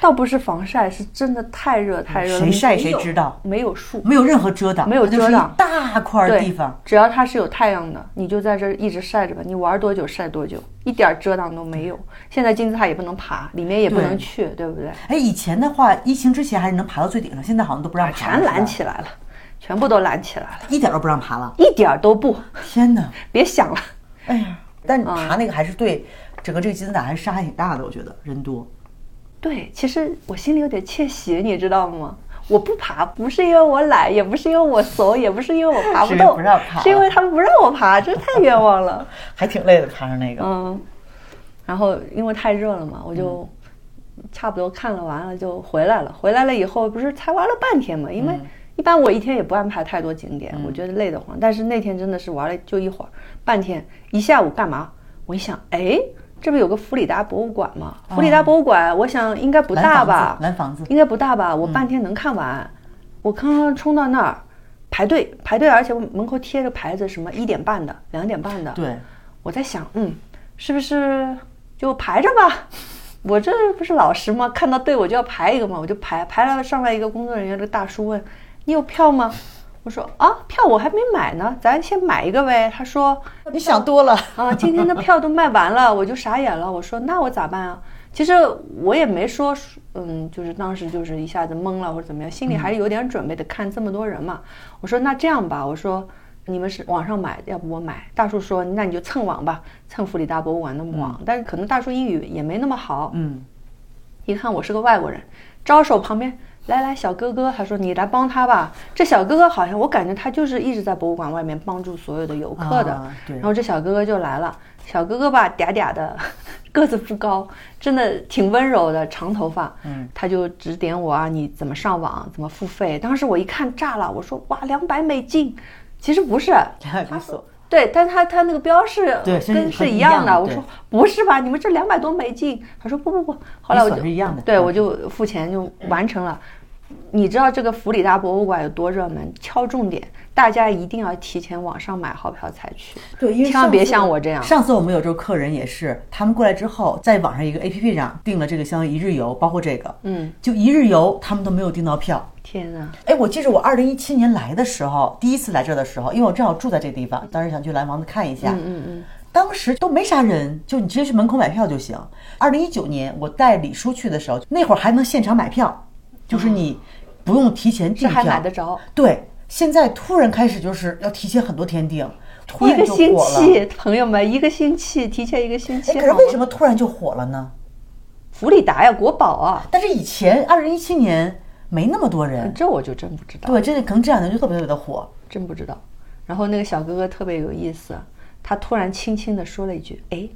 C: 倒不是防晒，是真的太热太热了，
E: 嗯谁晒谁
C: 没有
E: 知道，
C: 没有树。
E: 没有任何遮挡，
C: 没有
E: 它就是
C: 遮挡
E: 一大块
C: 对
E: 地方。，
C: 只要它是有太阳的，你就在这儿一直晒着吧，你玩多久晒多久，一点儿遮挡都没有。现在金字塔也不能爬，里面也不
E: 对
C: 能去，对不对？
E: 哎，以前的话，疫情之前还是能爬到最顶上，现在好像都不让爬了，
C: 全
E: 是吧
C: 拦起来了，全部都拦起来了，
E: 一点都不让爬了。
C: 一点儿都不，
E: 天哪！
C: 别想了。
E: 哎呀，但爬那个还是对整个这个金字塔还是伤害挺大的，我觉得人多。
C: 对，其实我心里有点窃喜，你知道吗？我不爬，不是因为我懒，也不是因为我怂，也不是因为我爬不
E: 是因为
C: 动，
E: 不让爬
C: 是因为他们不让我爬，真是太冤枉了。
E: 还挺累的，爬上那个。
C: 嗯，然后因为太热了嘛，我就
E: 嗯
C: 差不多看了完了就回来了。回来了以后不是才玩了半天嘛，因为
E: 嗯
C: 一般我一天也不安排太多景点，我觉得累得慌。但是那天真的是玩了就一会儿，半天一下午干嘛？我一想，哎，这不有个弗里达博物馆吗？弗里达博物馆，我想应该不大吧，
E: 哦蓝房子蓝房子嗯
C: 应该不大吧，我半天能看完。我刚刚冲到那儿排队排队，而且门口贴着牌子，什么一点半的、两点半的，
E: 对，
C: 我在想，嗯，是不是就排着吧？我这不是老实吗？看到队我就要排一个嘛，我就排排了。上来一个工作人员，这个大叔问：“你有票吗？”我说：“啊，票我还没买呢，咱先买一个呗。”他说
E: 你想多了。：“
C: 啊，今天的票都卖完了。”我 就傻眼了。我说：“那我咋办啊？”其实我也没说，嗯，就是当时就是一下子懵了或者怎么样，心里还是有点准备的。看这么多人嘛，我说那这样吧，我说你们是网上买，要不我买。大叔说那你就蹭网吧，蹭弗里达博物馆的网，但是可能大叔英语也没那么好，
E: 嗯，
C: 一看我是个外国人，招手旁边来来小哥哥，他说你来帮他吧。这小哥哥好像我感觉他就是一直在博物馆外面帮助所有的游客的。
E: 啊对
C: 然后这小哥哥就来了，小哥哥吧嗲嗲的， 个子不高，真的挺温柔的，长头发。
E: 嗯，
C: 他就指点我啊，你怎么上网，怎么付费。当时我一看炸了，我说哇，两百美金。其实不是，
E: 没错。
C: 对，但他他那个标示
E: 哎对是
C: 跟是
E: 很
C: 一
E: 一
C: 样
E: 样
C: 的。
E: 的
C: 我
E: 对
C: 说不是吧？你们这两百多美金？他说不不不。后来我就
E: 理所是一样的
C: 对
E: 嗯
C: 我就付钱就完成了。你知道这个弗里达博物馆有多热门？敲重点，大家一定要提前网上买好票才去，
E: 对，因为
C: 千万别
E: 上次
C: 像我这样。
E: 上次我们有这个客人也是，他们过来之后，在网上一个 A P P 上订了这个相当于一日游，包括这个，
C: 嗯，
E: 就一日游，他们都没有订到票。
C: 天啊哪！
E: 哎，我记着我二零一七年来的时候，第一次来这儿的时候，因为我正好住在这地方，当时想去蓝房子看一下，嗯嗯嗯，当时都没啥人，就你直接去门口买票就行。二零一九年我带李叔去的时候，那会儿还能现场买票，就是你不用提前
C: 这
E: 订
C: 嗯
E: 票，
C: 还买得着？
E: 对，现在突然开始就是要提前很多天订， 突
C: 一
E: 然
C: 个
E: 就火了。
C: 星期，朋友们，一个星期提前一个星
E: 哎，
C: 期。
E: 可是为什么突然就火了呢？
C: 弗里达呀，国宝啊？
E: 但是以前二零一七年没那么多人，
C: 这我就真不知道。
E: 对，这可能这两年就特别特别的火。
C: 真不知道。然后那个小哥哥特别有意思，他突然轻轻地说了一句：“哎，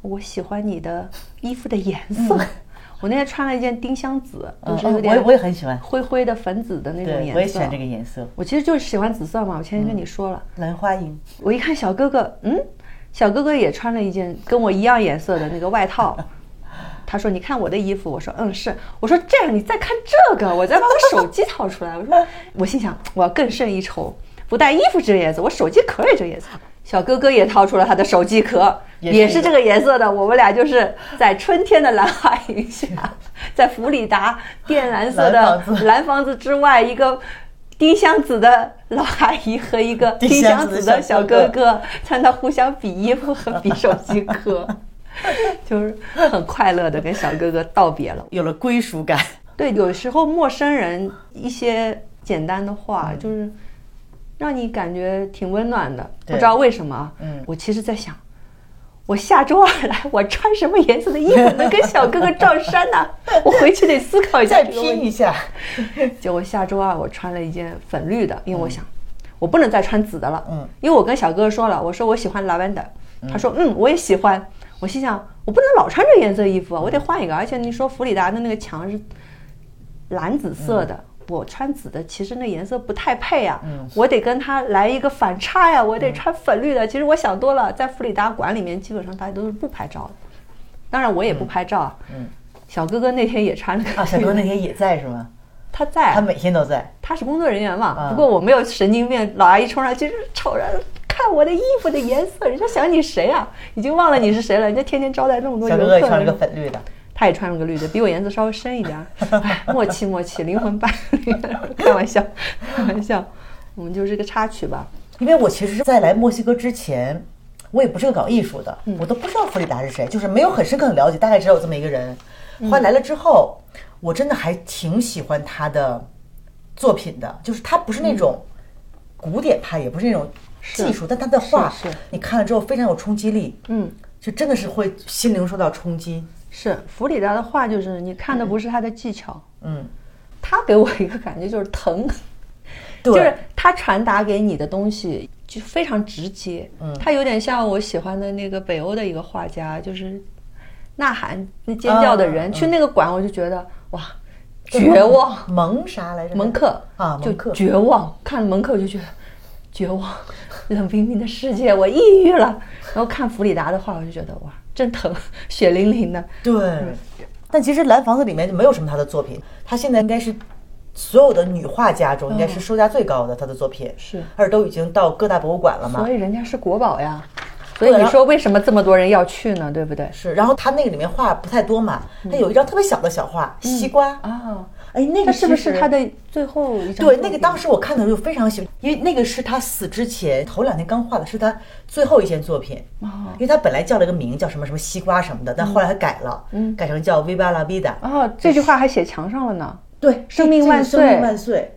C: 我喜欢你的衣服的颜色。 我那天穿了一件丁香紫，就
E: 嗯
C: 是有
E: 嗯我也
C: 点
E: 我也很喜欢
C: 灰灰的粉紫的那种颜
E: 对，
C: 色。
E: 我也喜欢这个颜色，
C: 我其实就是喜欢紫色嘛，我前天跟你说了。
E: 兰花楹。
C: 我一看小哥哥，嗯，小哥哥也穿了一件跟我一样颜色的那个外套。 他说：“你看我的衣服。”我说：“嗯，是。”我说：“这样，你再看这个。”我再把我手机掏出来。我说：“我心想，我要更胜一筹，不但衣服这个颜色，我手机壳也这个颜色。”小哥哥也掏出了他的手机壳，
E: 也
C: 也
E: 是
C: 是这个颜色的。我们俩就是在春天的蓝海影下，在弗里达靛蓝色的
E: 蓝房子
C: 蓝房子之外，一个丁香紫的老阿姨和一个
E: 丁
C: 丁
E: 香
C: 香
E: 紫
C: 紫
E: 的
C: 的
E: 小
C: 小
E: 哥
C: 哥哥，看他互相比衣服和比手机 壳，就是很快乐的跟小哥哥道别了。
E: 有了归属感，
C: 对，有时候陌生人一些简单的话，就是让你感觉挺温暖的。不
E: 对
C: 知道为什么啊，
E: 嗯
C: 我其实在想，我下周二来，我穿什么颜色的衣服能跟小哥哥撞衫 呢、我回去得思考一下
E: 再
C: 这个问题
E: 拼。一下。
C: 结果下周二我穿了一件粉绿的，因为我想、我不能再穿紫的了，
E: 嗯，
C: 嗯因为我跟小哥哥说了，我说我喜欢 lavender，、他说嗯我也喜欢，我心想，我不能老穿这颜色衣服啊，我得换一个。而且你说弗里达的那个墙是蓝紫色的，
E: 嗯
C: 我穿紫的，其实那颜色不太配啊。我得跟它来一个反差呀、
E: 嗯
C: 我得穿粉绿的。其实我想多了，在弗里达馆里面，基本上大家都是不拍照的。当然，我也不拍照啊。
E: 嗯
C: 小哥哥那天也穿了个
E: 啊，小哥
C: 绿的
E: 那天也在是吗？
C: 他在，啊
E: 他每天都在。
C: 他是工作人员嘛。
E: 嗯
C: 不过我没有神经病，老阿姨冲上去瞅着看我的衣服的颜色，人家想你谁啊？已经忘了你是谁了，人家天天招待那么多
E: 小
C: 游
E: 哥
C: 客呢。
E: 哥也穿了个粉绿的，
C: 他也穿了个绿的，比我颜色稍微深一点儿。 哎，默契默契，灵魂伴侣，开玩笑，开玩笑，我们就是个插曲吧。
E: 因为我其实，在来墨西哥之前，我也不是个搞艺术的，
C: 嗯
E: 我都不知道弗里达是谁，就是没有很深刻的了解，大概知道有这么一个人。
C: 嗯
E: 后来来了之后，我真的还挺喜欢他的作品的，就是他不是那种古典派，也不是那种技术，但他的画
C: 嗯是是
E: 你看了之后非常有冲击力，
C: 嗯，
E: 就真的是会心灵受到冲击。
C: 是弗里达的话，就是你看的不是他的技巧，
E: 嗯，
C: 他给我一个感觉就是疼，
E: 对，
C: 就是他传达给你的东西就非常直接，嗯，他有点像我喜欢的那个北欧的一个画家，就是呐喊那尖叫的人，
E: 啊
C: 去那个馆我就觉得哇， 绝望。
E: 蒙啥来着？
C: 蒙克
E: 啊
C: 就
E: 蒙克
C: 绝望，看蒙克我就觉得绝望，冷冰冰的世界，我抑郁了。然后看弗里达的画，我就觉得哇，真疼，血淋淋的。
E: 对，但其实蓝房子里面就没有什么他的作品，他现在应该是所有的女画家中应该是售价最高的，他的作品
C: 是
E: 而且都已经到各大博物馆了嘛
C: 所。以人家是国宝呀，所以你
E: 对然后
C: 说为什么这么多人要去呢？对不对？
E: 是，然后他那个里面画不太多嘛，他有一张特别小的小画，西瓜，
C: 啊，
E: 嗯哎，那
C: 那
E: 个
C: 是不
E: 其实
C: 是他？的最后一张作
E: 对，
C: 品？
E: 那个当时我看的时候就非常喜欢，因为那个是他死之前头两天刚画的，是他最后一件作品。
C: 哦
E: 因为他本来叫了个名叫什么什么西瓜什么的，但后来他改了，改成叫 Viva la vida。
C: 哦，这句话还写墙上了呢。
E: 对，
C: 生命
E: 这个
C: 万
E: 生
C: 岁
E: 命万岁。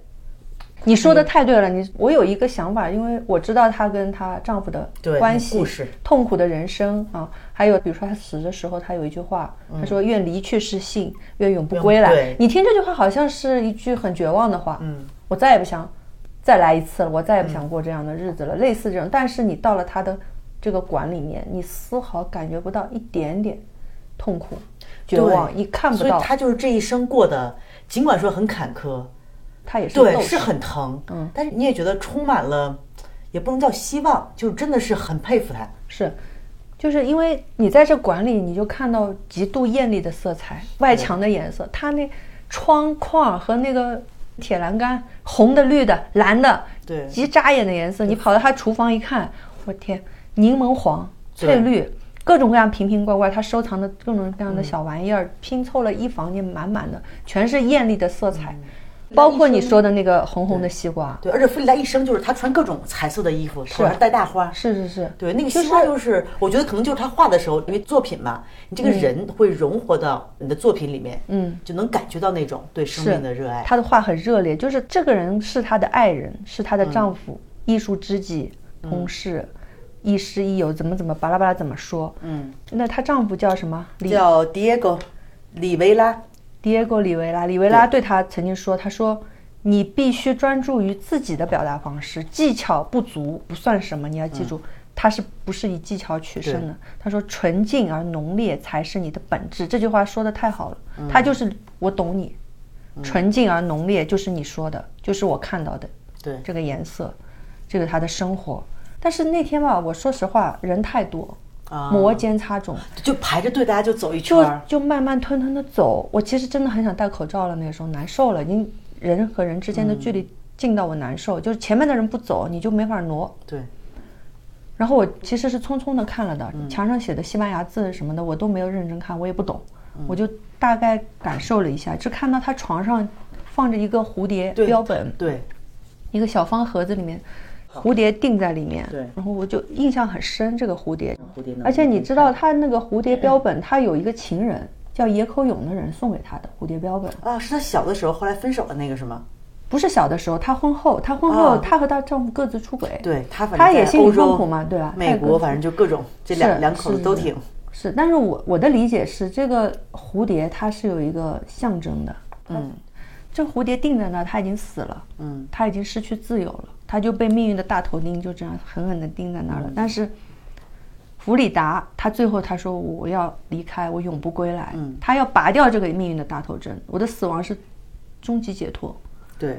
C: 你说
E: 嗯
C: 的太对了，你我有一个想法，因为我知道她跟她丈夫的
E: 对
C: 关系
E: 故事、
C: 痛苦的人生啊，还有比如说她死的时候，她有一句话，她说“愿离去是信，愿永不归
E: 愿
C: 来
E: 嗯对”。
C: 你听这句话好像是一句很绝望的话，嗯，我再也不想再来一次了，我再也不
E: 嗯
C: 想过这样的日子了，类似这种。但是你到了她的这个馆里面，你丝毫感觉不到一点点痛苦、绝
E: 对
C: 望，你看不
E: 所以
C: 到。
E: 他就是这一生过得，尽管说很坎坷，
C: 她也是
E: 对，
C: 斗
E: 是
C: 士
E: 很疼，嗯，但是你也觉得充满了，也不能叫希望，就是真的是很佩服他。
C: 是，就是因为你在这馆里，你就看到极度艳丽的色彩，外墙的颜色，它那窗框和那个铁栏杆，红的、绿的、蓝的，
E: 对
C: 极扎眼的颜色。你跑到他厨房一看，我天，柠檬黄、翠
E: 对
C: 绿。各种各样瓶瓶罐罐，他收藏的各种各样
E: 嗯
C: 的小玩意儿，拼凑了一房间满满的，全是艳丽的色彩，
E: 嗯
C: 包括你说的那个红红的西瓜，
E: 对，而且弗里达一生就是他穿各种彩色的衣服，头上戴大花。
C: 是是是，
E: 对，那个
C: 就
E: 西瓜就是，我觉得可能就是他画的时候，因为作品嘛，你这个人会融合到你的作品里面，
C: 嗯，
E: 就能感觉到那种对生命的热爱。
C: 他的话很热烈，就是这个人是他的爱人，是他的
E: 嗯
C: 丈夫、艺术知己、同事、亦师亦友，怎么怎么巴拉巴拉怎么说？嗯，那她丈夫叫什么？李
E: 叫 Diego，里维拉，
C: Diego 里维拉，里维拉对他曾经说，他说。你必须专注于自己的表达方式，技巧不足不算什么。你要记住，
E: 嗯
C: 他是不是以技巧取胜的？他说：“纯净而浓烈才是你的本质。”这句话说的太好了，
E: 嗯
C: 他就是我懂你，纯净而浓烈就是你说的，就是我看到的，
E: 对
C: 这个颜色，这个他的生活。但是那天吧，我说实话，人太多，
E: 啊
C: 摩肩擦踵，
E: 就排着队，大家就走一圈
C: 就
E: 儿。
C: 就慢慢吞吞的走。我其实真的很想戴口罩了，那个时候难受了，已经人和人之间的距离近到我难受，就是前面的人不走，你就没法挪。
E: 对，
C: 然后我其实是匆匆的看了的，墙上写的西班牙字什么的，我都没有认真看，我也不懂，我就大概感受了一下，就看到他床上放着一个蝴蝶
E: 对
C: 标本，
E: 对，
C: 一个小方盒子里面，蝴蝶定在里面。
E: 对嗯
C: 然后我就印象很深这个蝴蝶，
E: 蝴蝶能
C: 而且你知道他那个蝴蝶标本，他有一个情人叫野口勇的人送给他的蝴蝶标本，
E: 啊，是他小的时候，后来分手了那个是吗？
C: 不是小的时候，她婚后，她婚后
E: 啊
C: 她和她丈夫各自出轨。
E: 对他，反正
C: 她也
E: 在
C: 心里
E: 欧洲
C: 痛苦嘛，对吧？她
E: 美
C: 也
E: 国
C: 各自
E: 反正就各种，这两
C: 是
E: 两口
C: 是
E: 子都
C: 是
E: 挺。
C: 是，但是我我的理解是，这个蝴蝶它是有一个象征的，嗯，这蝴蝶定在那儿，它已经死了，嗯，它已经失去自由了，它就被命运的大头钉就这样狠狠地钉在那儿了。但是弗里达，他最后他说我要离开，我永不归来。嗯，他要拔掉这个命运的大头针，我的死亡是终极解脱，
D: 对，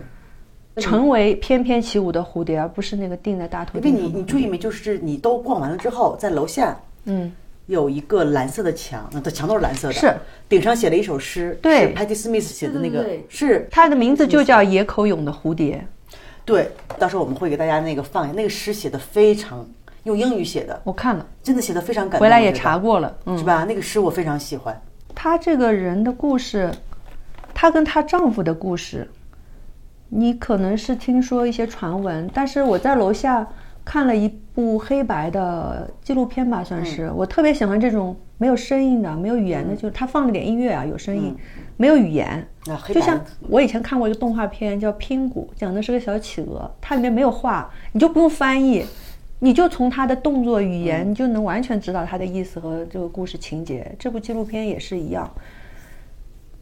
C: 成为翩翩起舞的蝴蝶，而不是那个钉在大头
D: 因为
C: 钉
D: 你
C: 上的
D: 你注意没，就是你都逛完了之后，在楼下
C: 嗯，
D: 有一个蓝色的墙，那的墙都是蓝色的，
C: 是
D: 顶上写了一首诗，是
C: 对
D: ，Patti Smith 写的那
C: 对
D: 个
C: 对对
D: 是
C: 它的名字就叫野口勇的蝴蝶。
D: 对，到时候我们会给大家那个放一下，那个诗写的非常用英语写的，
C: 我看了，
D: 真的写的非常感动，
C: 回来
D: 我
C: 也
D: 觉得
C: 查过了，嗯
D: 是，吧？那个诗我非常喜欢，
C: 她这个人的故事，她跟她丈夫的故事，你可能是听说一些传闻，但是我在楼下看了一部黑白的纪录片吧，算
D: 嗯
C: 是、我特别喜欢这种没有声音的、没有语言的，就是他放了点音乐啊，有声音，没有语言。
D: 那嗯啊黑
C: 就
D: 白
C: 像我以前看过一个动画片叫《拼骨》，讲的是个小企鹅，它里面没有画，你就不用翻译，你就从它的动作语言，
D: 嗯
C: 你就能完全知道它的意思和这个故事情节。这部纪录片也是一样，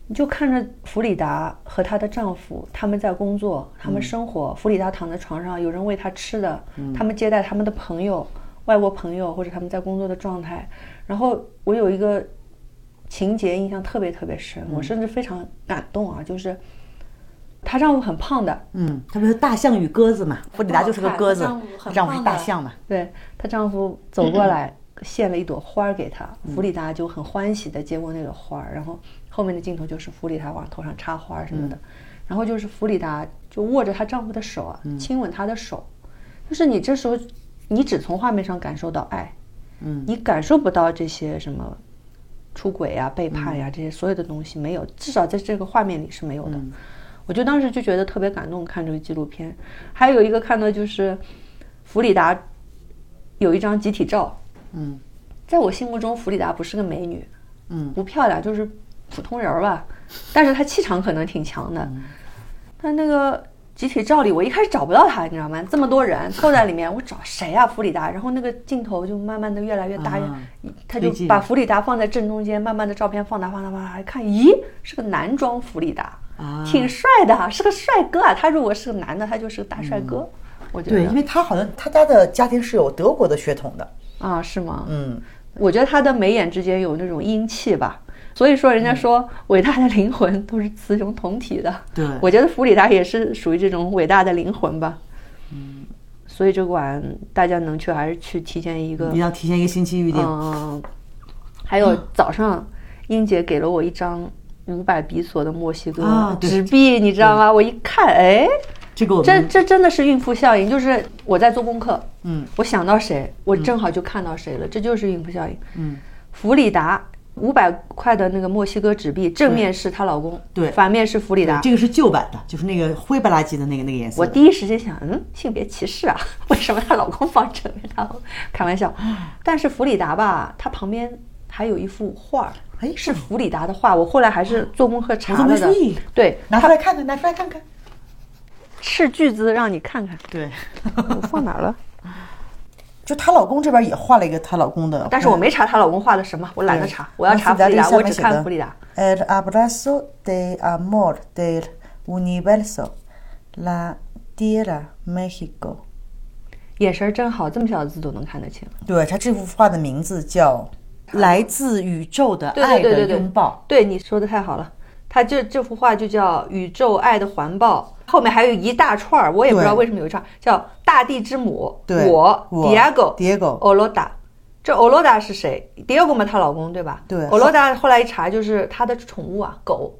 C: 你就看着弗里达和她的丈夫，他们在工作，他们生活。弗里达躺在床上，有人喂她吃的，他们接待他们的朋友、外国朋友或者他们在工作的状态。然后我有一个情节印象特别特别深，我甚至非常感动啊，就是她丈夫很胖的，
E: 嗯，他们说大象与鸽子嘛，弗里达就是个鸽子
C: 大象，很
E: 丈夫是
C: 胖的
E: 大象嘛，
C: 对她丈夫走过来献了一朵花儿给她，弗里达就很欢喜的接过那朵花儿，然后后面的镜头就是弗里达往头上插花儿什么的，
E: 嗯
C: 然后就是弗里达就握着她丈夫的手啊，
E: 嗯
C: 亲吻他的手，就是你这时候你只从画面上感受到爱，嗯，你感受不到这些什么。出轨呀、背叛呀、这些所有的东西没有，至少在这个画面里是没有的。我就当时就觉得特别感动，看这个纪录片。还有一个看到就是弗里达有一张集体照，嗯，在我心目中，弗里达不是个美女，嗯，不漂亮，就是普通人儿吧，但是她气场可能挺强的。
E: 嗯
C: 她那个集体照里，我一开始找不到她，你知道吗？这么多人凑在里面，我找谁呀、弗里达？然后那个镜头就慢慢的越来越大，
E: 啊
C: 他就
E: 推进
C: 把弗里达放在正中间，慢慢的照片放大放大放大，看，咦，是个男装弗里达，
E: 啊
C: 挺帅的啊，是个帅哥啊。他如果是个男的，他就是个大帅哥，我觉得。
E: 嗯对，因为他好像他家的家庭是有德国的血统的，
C: 啊，是吗？
E: 嗯，
C: 我觉得他的眉眼之间有那种阴气吧。所以说，人家说伟大的灵魂都是雌雄同体的。
E: 对
C: 我觉得弗里达也是属于这种伟大的灵魂吧。嗯，所以这个晚大家能去还是去提前一个
E: 一定要提前一个星期预定。嗯
C: 嗯，还有早上，英姐给了我一张五百比索的墨西哥
E: 啊对
C: 纸币，你知道吗？我一看，哎，
E: 这个我
C: 这
E: 们
C: 这真的是孕妇效应，就是我在做功课，
E: 嗯，
C: 我想到谁，我正好就看到谁了，这就是孕妇效应。嗯，弗里达五百块的那个墨西哥纸币，正面是她老公，
E: 对
C: 反面是弗里达。
E: 这个是旧版的，就是那个灰不拉几的那个那个颜色
C: 我
E: 的。
C: 第一时间想，嗯，性别歧视啊？为什么她老公放正面，她老公开玩笑？
E: 嗯
C: 但是弗里达吧，她旁边还有一幅画儿，
E: 哎啊
C: 是弗里达的画。我后来还是做功课查
E: 我
C: 了
E: 都
C: 的
E: 没注意，
C: 对，
E: 拿出来看看，拿出来看看。
C: 斥巨资让你看看，
E: 对，
C: 我放哪儿 了？
E: 就她老公这边也画了一个她老公的，
C: 但是我没查她老公画的什么，我懒得查，我要查弗里达，我只看弗里达。。
E: El abrazo de amor del universo, la tierra México。
C: 眼神儿真好，这么小的字都能看得清。
E: 对，他这幅画的名字叫《来自宇宙的爱的拥抱
C: 对你说的太好了。他这这幅画就叫《宇宙爱的环抱》，后面还有一大串儿，我也不知道
E: 对
C: 为什么有一串儿叫“大地之母”，
E: 对
C: 我
E: 我
C: Diego
E: Diego
C: Oloda。这 Oloda 是谁？Diego 嘛，她老公对吧？
E: 对
C: ，Oloda 后来一查就是她的宠物啊，狗。》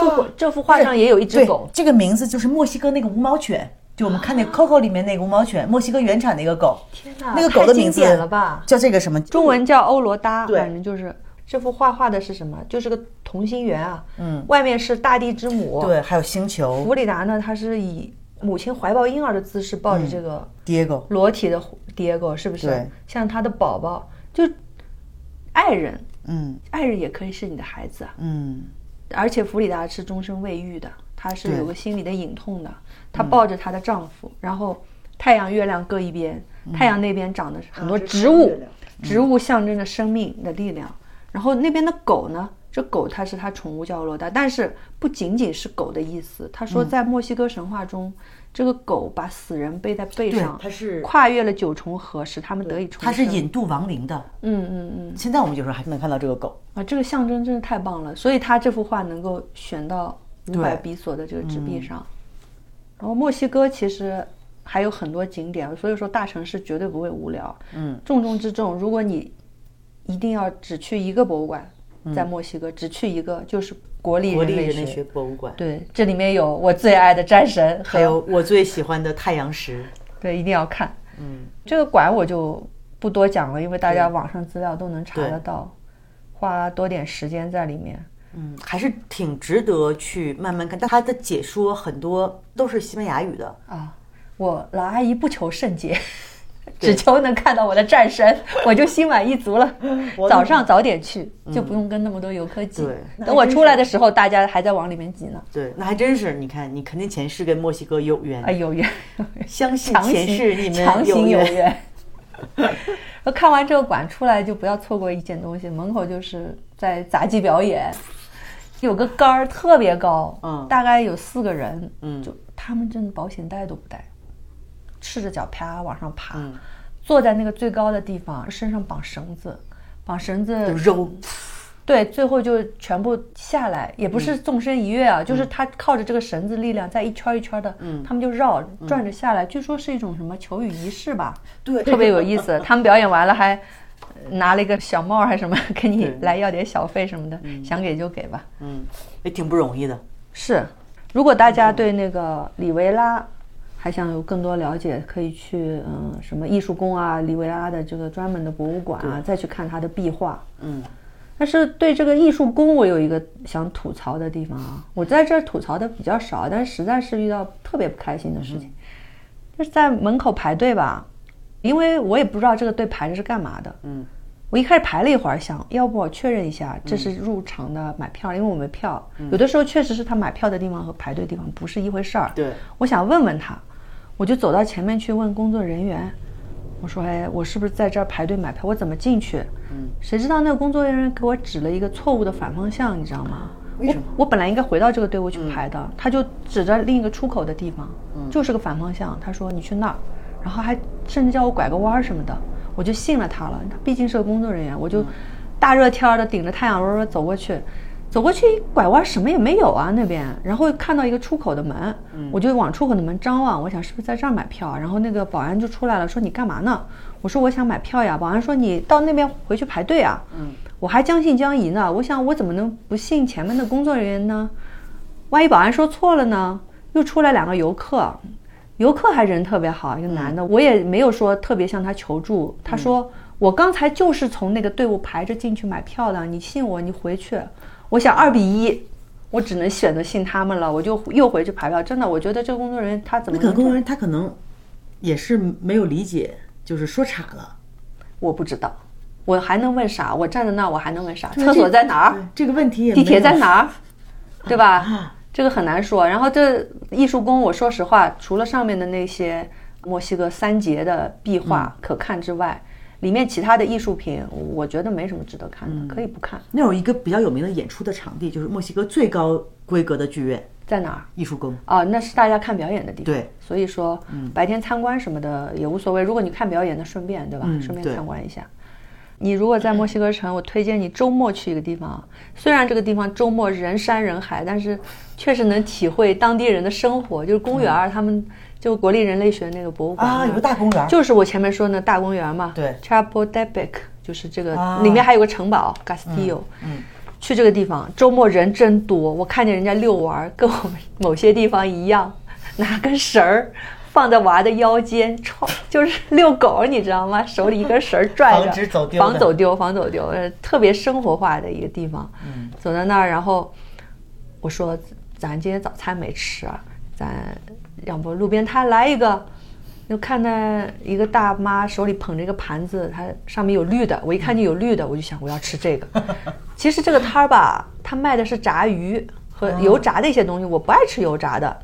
C: 这幅
E: 啊。
C: 这幅画上也有一只
E: 对
C: 狗，，
E: 这个名字就是墨西哥那个无毛犬，就我们看那
C: 啊
E: 个 Coco 里面那个无毛犬，墨西哥原产的一个狗。
C: 天哪
E: 那个狗的
C: 太
E: 名
C: 经
E: 字
C: 典了吧
E: 叫这个什么？
C: 中文叫欧罗达，
E: 对
C: 反正就是这幅画画的是什么？就是个同心圆啊，嗯，外面是大地之母，
E: 对，还有星球
C: 弗里达呢，她是以母亲怀抱婴儿的姿势抱着这个
E: Diego。
C: 裸体的 Diego，是不是
E: 对？
C: 像她的宝宝，就爱人，
E: 嗯
C: 爱人也可以是你的孩子啊。
E: 嗯，
C: 而且弗里达是终身未育的，她是
E: 对
C: 有个心理的隐痛的。她抱着她的丈
E: 嗯
C: 夫，然后太阳、月亮各一边，太阳那边长的
E: 嗯
C: 是很多植物，植物象征着生命的力量。然后那边的狗呢，这狗它是它宠物叫洛达，但是不仅仅是狗的意思。他
E: 嗯
C: 说，在墨西哥神话中，这个狗把死人背在背
E: 对
C: 上，
E: 它是
C: 跨越了九重河，使他们得以重生。
E: 它是引渡亡灵的。
C: 嗯嗯嗯
E: 现在我们有时候还能看到这个狗，
C: 啊，这个象征真是太棒了，所以他这幅画能够选到五百比索的这个纸
E: 嗯
C: 币上。然后墨西哥其实还有很多景点，所以说大城市绝对不会无聊。嗯，重中之重，如果你一定要只去一个博物馆，在墨西哥只去一个，就是国立
E: 嗯国立
C: 人类
E: 人类学博物馆，
C: 对，这里面有我最爱的战神，
E: 还有我最喜欢的太阳石。
C: 对，一定要看。嗯，这个馆我就不多讲了，因为大家网上资料都能查得到，花多点时间在里面。
E: 嗯，还是挺值得去慢慢看。但他的解说很多都是西班牙语的，
C: 啊，我老阿姨不求甚解，只求能看到我的战神，我就心满意足了。早上早点去，就不用跟那么多游客挤。
E: 对
C: 等我出来的时候，大家还在往里面挤呢。
E: 对，那还真是。你看，你肯定前世跟墨西哥有缘，
C: 哎，有缘，
E: 相信
C: 强
E: 前世你
C: 行强
E: 们有
C: 行有
E: 缘。
C: 缘。 我看完这个馆出来就不要错过一件东西，门口就是在杂技表演，有个杆儿特别高，
E: 嗯
C: 大概有四个人，
E: 嗯
C: 就他们真的保险带都不带，赤着脚啪往上爬，
E: 嗯
C: 坐在那个最高的地方，身上绑绳子，绑绳子
E: 有肉，
C: 对，最后就全部下来，也不是
E: 嗯
C: 纵身一跃啊，就是他靠着这个绳子力量在一圈一圈的，
E: 嗯
C: 他们就绕转着下来。据说是一种什么求雨仪式吧，
E: 对
C: 特别有意思。他们表演完了还呃拿了一个小帽儿还是什么， 给你来要点小费什么的，想给就给吧。
E: 嗯，也挺不容易的。
C: 是，如果大家对那个里维拉还想有更多了解，可以去嗯什么艺术宫啊，里维拉的这个专门的博物馆啊，再去看他的壁画。
E: 嗯，
C: 但是对这个艺术宫，我有一个想吐槽的地方啊，我在这儿吐槽的比较少，但是实在是遇到特别不开心的事情，就是在门口排队吧，因为我也不知道这个队排着是干嘛的。嗯。我一开始排了一会儿，想要不我确认一下，这是入场的买票，因为我没票。有的时候确实是他买票的地方和排队地方不是一回事儿。
E: 对，
C: 我想问问他，我就走到前面去问工作人员，我说：“哎，我是不是在这儿排队买票？我怎么进去？”嗯，谁知道那个工作人员给我指了一个错误的反方向，你知道吗？为什么？嗯我本来应该回到这个队伍去排的，他就指着另一个出口的地方，就是个反方向。他说：“你去那儿。”然后还甚至叫我拐个弯儿什么的，我就信了他了。他毕竟是个工作人员，我就大热天儿的顶着太阳嗖嗖走过去，走过去一拐弯什么也没有啊那边，然后看到一个出口的门，我就往出口的门张望，我想是不是在这儿买票？啊然后那个保安就出来了，说你干嘛呢？我说我想买票呀。保安说你到那边回去排队啊。我还将信将疑呢，我想我怎么能不信前面的工作人员呢？万一保安说错了呢？又出来两个游客，游客还人特别好，一个男的，
E: 嗯
C: 我也没有说特别向他求助。他说、我刚才就是从那个队伍排着进去买票的，你信我，你回去。我想二比一，我只能选择信他们了，我就又回去排票。真的，我觉得这个工作人员他怎么
E: 那
C: 能
E: 可能
C: 这
E: 工作
C: 样
E: 人员他可能也是没有理解，就是说岔了。
C: 我不知道，我还能问啥？我站在那儿，我还能问啥？
E: 对
C: 厕所在哪儿？？
E: 这这个问题也没
C: 地
E: 有
C: 铁在？哪儿，对吧？这个很难说。然后这艺术宫，我说实话，除了上面的那些墨西哥三杰的壁画可看之外，里面其他的艺术品，我觉得没什么值得看的，可以不看。
E: 那有一个比较有名的演出的场地，就是墨西哥最高规格的剧院
C: 在哪儿？
E: 艺术宫。
C: 啊，那是大家看表演的地方。
E: 对，嗯
C: 所以说白天参观什么的也无所谓。如果你看表演，那顺便对吧？
E: 嗯
C: 顺便
E: 对
C: 参观一下。你如果在墨西哥城，我推荐你周末去一个地方。虽然这个地方周末人山人海，但是确实能体会当地人的生活。就是公园儿，他们就国立人类学那个博物馆
E: 啊，
C: 那
E: 有个大公园，
C: 就是我前面说的大公园嘛，
E: 对
C: ，Chapultepec，就是这个、
E: 啊
C: 里面还有个城堡 Castillo，嗯去这个地方周末人真多，我看见人家遛娃儿，跟我们某些地方一样，拿根绳儿放在娃的腰间，穿就是遛狗，你知道吗？手里一根绳儿拽着，
E: 防止走丢的
C: 防走丢，防走丢，呃，特别生活化的一个地方。嗯，走到那儿，然后我说咱今天早餐没吃啊，咱要不路边摊来一个。就看到一个大妈手里捧着一个盘子，它上面有绿的，我一看就有绿的，我就想我要吃这个。其实这个摊儿吧，它卖的是炸鱼和
E: 啊
C: 油炸的一些东西，我不爱吃油炸的。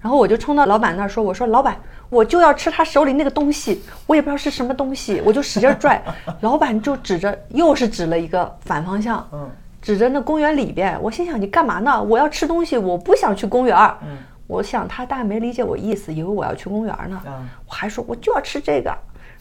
C: 然后我就冲到老板那儿说：“我说老板，我就要吃他手里那个东西，我也不知道是什么 东西，我就使劲拽。”老板就指着，又是指了一个反方向，
E: 嗯
C: 指着那公园里边。我心想你干嘛呢？我要吃东西，我不想去公园。嗯，我想他大概没理解我意思，以为我要去公园呢。
E: 嗯
C: 我还说我就要吃这个。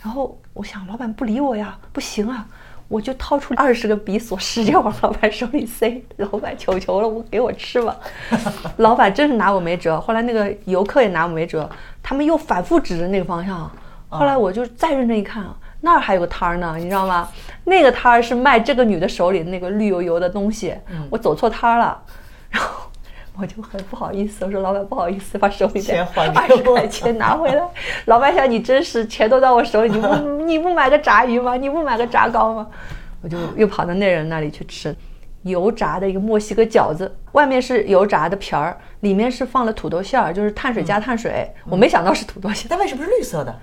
C: 然后我想老板不理我呀，不行啊，我就掏出二十个比索，使劲往老板手里塞。老板求求了，我给我吃吧。 老板真是拿我没辙。后来那个游客也拿我没辙，他们又反复指着那个方向。后来我就再认真一看啊，那儿还有个摊儿呢，你知道吗？那个摊儿是卖这个女的手里那个绿油油的东西，
E: 嗯
C: 我走错摊儿了，然后我就很不好意思，我说老板不好意思，把手里的
E: 钱还
C: 二
E: 给
C: 十
E: 我
C: 块钱拿回来。老板想你真是钱都到我手里，你不你不买个炸鱼吗？你不买个炸糕吗？我就又跑到那人那里去吃。油炸的一个墨西哥饺子，外面是油炸的皮儿，里面是放了土豆馅儿，就是碳水加碳水。我没想到是土豆馅儿，
E: 但为什么是绿色的